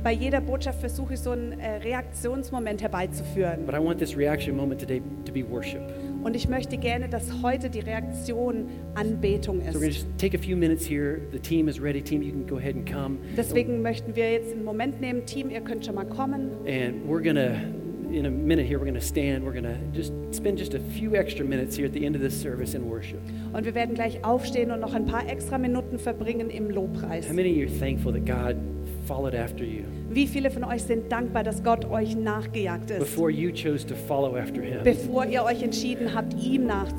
[SPEAKER 1] Bei jeder Botschaft versuche ich so einen äh, Reaktionsmoment herbeizuführen.
[SPEAKER 2] But I want this reaction moment today to be worship.
[SPEAKER 1] Und ich möchte gerne, dass heute die Reaktion Anbetung
[SPEAKER 2] So we're gonna
[SPEAKER 1] ist.
[SPEAKER 2] just take a few minutes here. The team is ready. Team, you can go ahead and come.
[SPEAKER 1] Deswegen möchten wir jetzt einen Moment nehmen. Team, ihr könnt schon mal kommen.
[SPEAKER 2] And we're going to, in a minute here, we're going to stand. We're going to just spend just a few extra minutes here at the end of this service in worship.
[SPEAKER 1] Und wir werden gleich aufstehen und noch ein paar extra Minuten verbringen im Lobpreis.
[SPEAKER 2] How many of you are thankful that God followed after you
[SPEAKER 1] Wie viele von euch sind dankbar, dass Gott euch nachgejagt ist,
[SPEAKER 2] before you chose to follow after Him?
[SPEAKER 1] bevor ihr euch entschieden habt, ihm
[SPEAKER 2] So let's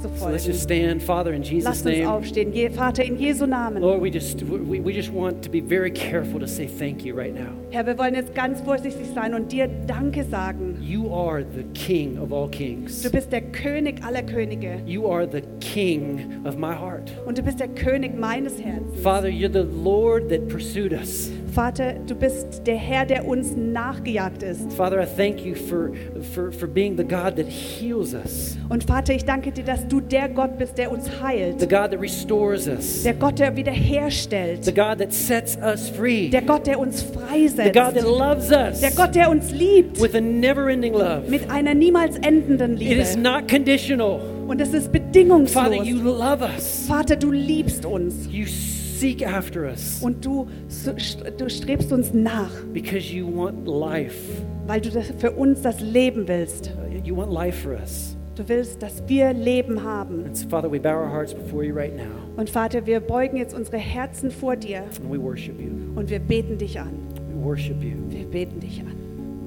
[SPEAKER 1] nachzufolgen?
[SPEAKER 2] just stand, Father, in Jesus'
[SPEAKER 1] Lasst uns
[SPEAKER 2] name.
[SPEAKER 1] aufstehen. Je- Vater, in Jesu Namen.
[SPEAKER 2] Lord, we just we, we just want to be very careful to say thank you right now.
[SPEAKER 1] Herr, wir wollen jetzt ganz vorsichtig sein und dir Danke sagen.
[SPEAKER 2] You are the King of all kings.
[SPEAKER 1] Du bist der König aller Könige
[SPEAKER 2] You are the King of my heart.
[SPEAKER 1] und du bist der König meines Herzens.
[SPEAKER 2] Father, you're the Lord that pursued us.
[SPEAKER 1] Vater, du bist der Herr, der uns nachgejagt ist.
[SPEAKER 2] Father, I thank you for, for, for being the God that heals us,
[SPEAKER 1] Und Vater, ich danke dir, dass du der Gott bist, der uns
[SPEAKER 2] the
[SPEAKER 1] heilt.
[SPEAKER 2] God that restores us,
[SPEAKER 1] Der Gott, der
[SPEAKER 2] the
[SPEAKER 1] wiederherstellt.
[SPEAKER 2] God that sets us free,
[SPEAKER 1] Der Gott, der uns
[SPEAKER 2] the
[SPEAKER 1] freisetzt.
[SPEAKER 2] God that
[SPEAKER 1] Der
[SPEAKER 2] loves us
[SPEAKER 1] Gott, der uns liebt.
[SPEAKER 2] with a never ending love.
[SPEAKER 1] Mit einer niemals endenden
[SPEAKER 2] It is
[SPEAKER 1] Liebe.
[SPEAKER 2] not conditional.
[SPEAKER 1] Und es ist
[SPEAKER 2] Father, you
[SPEAKER 1] bedingungslos.
[SPEAKER 2] love us,
[SPEAKER 1] Vater, du liebst uns.
[SPEAKER 2] you seek after us
[SPEAKER 1] Und du, so- st- du strebst uns nach,
[SPEAKER 2] because you want life.
[SPEAKER 1] weil du das für uns das Leben willst.
[SPEAKER 2] You want life for us.
[SPEAKER 1] Du willst, dass wir Leben haben.
[SPEAKER 2] And so, Father, we bow our hearts before you right now
[SPEAKER 1] Und Vater, wir beugen jetzt unsere Herzen vor dir
[SPEAKER 2] and we worship you.
[SPEAKER 1] und wir beten dich an.
[SPEAKER 2] We worship you.
[SPEAKER 1] Wir beten dich an.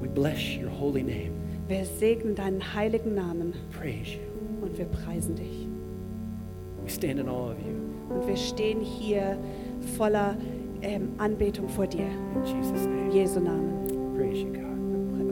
[SPEAKER 2] We bless your holy name.
[SPEAKER 1] Wir segnen deinen heiligen Namen
[SPEAKER 2] Praise you.
[SPEAKER 1] und wir preisen dich.
[SPEAKER 2] We stand in awe of you.
[SPEAKER 1] Und wir stehen hier voller ähm, Anbetung vor dir.
[SPEAKER 2] In Jesus'
[SPEAKER 1] In
[SPEAKER 2] name.
[SPEAKER 1] Jesu Namen.
[SPEAKER 2] Praise you, God.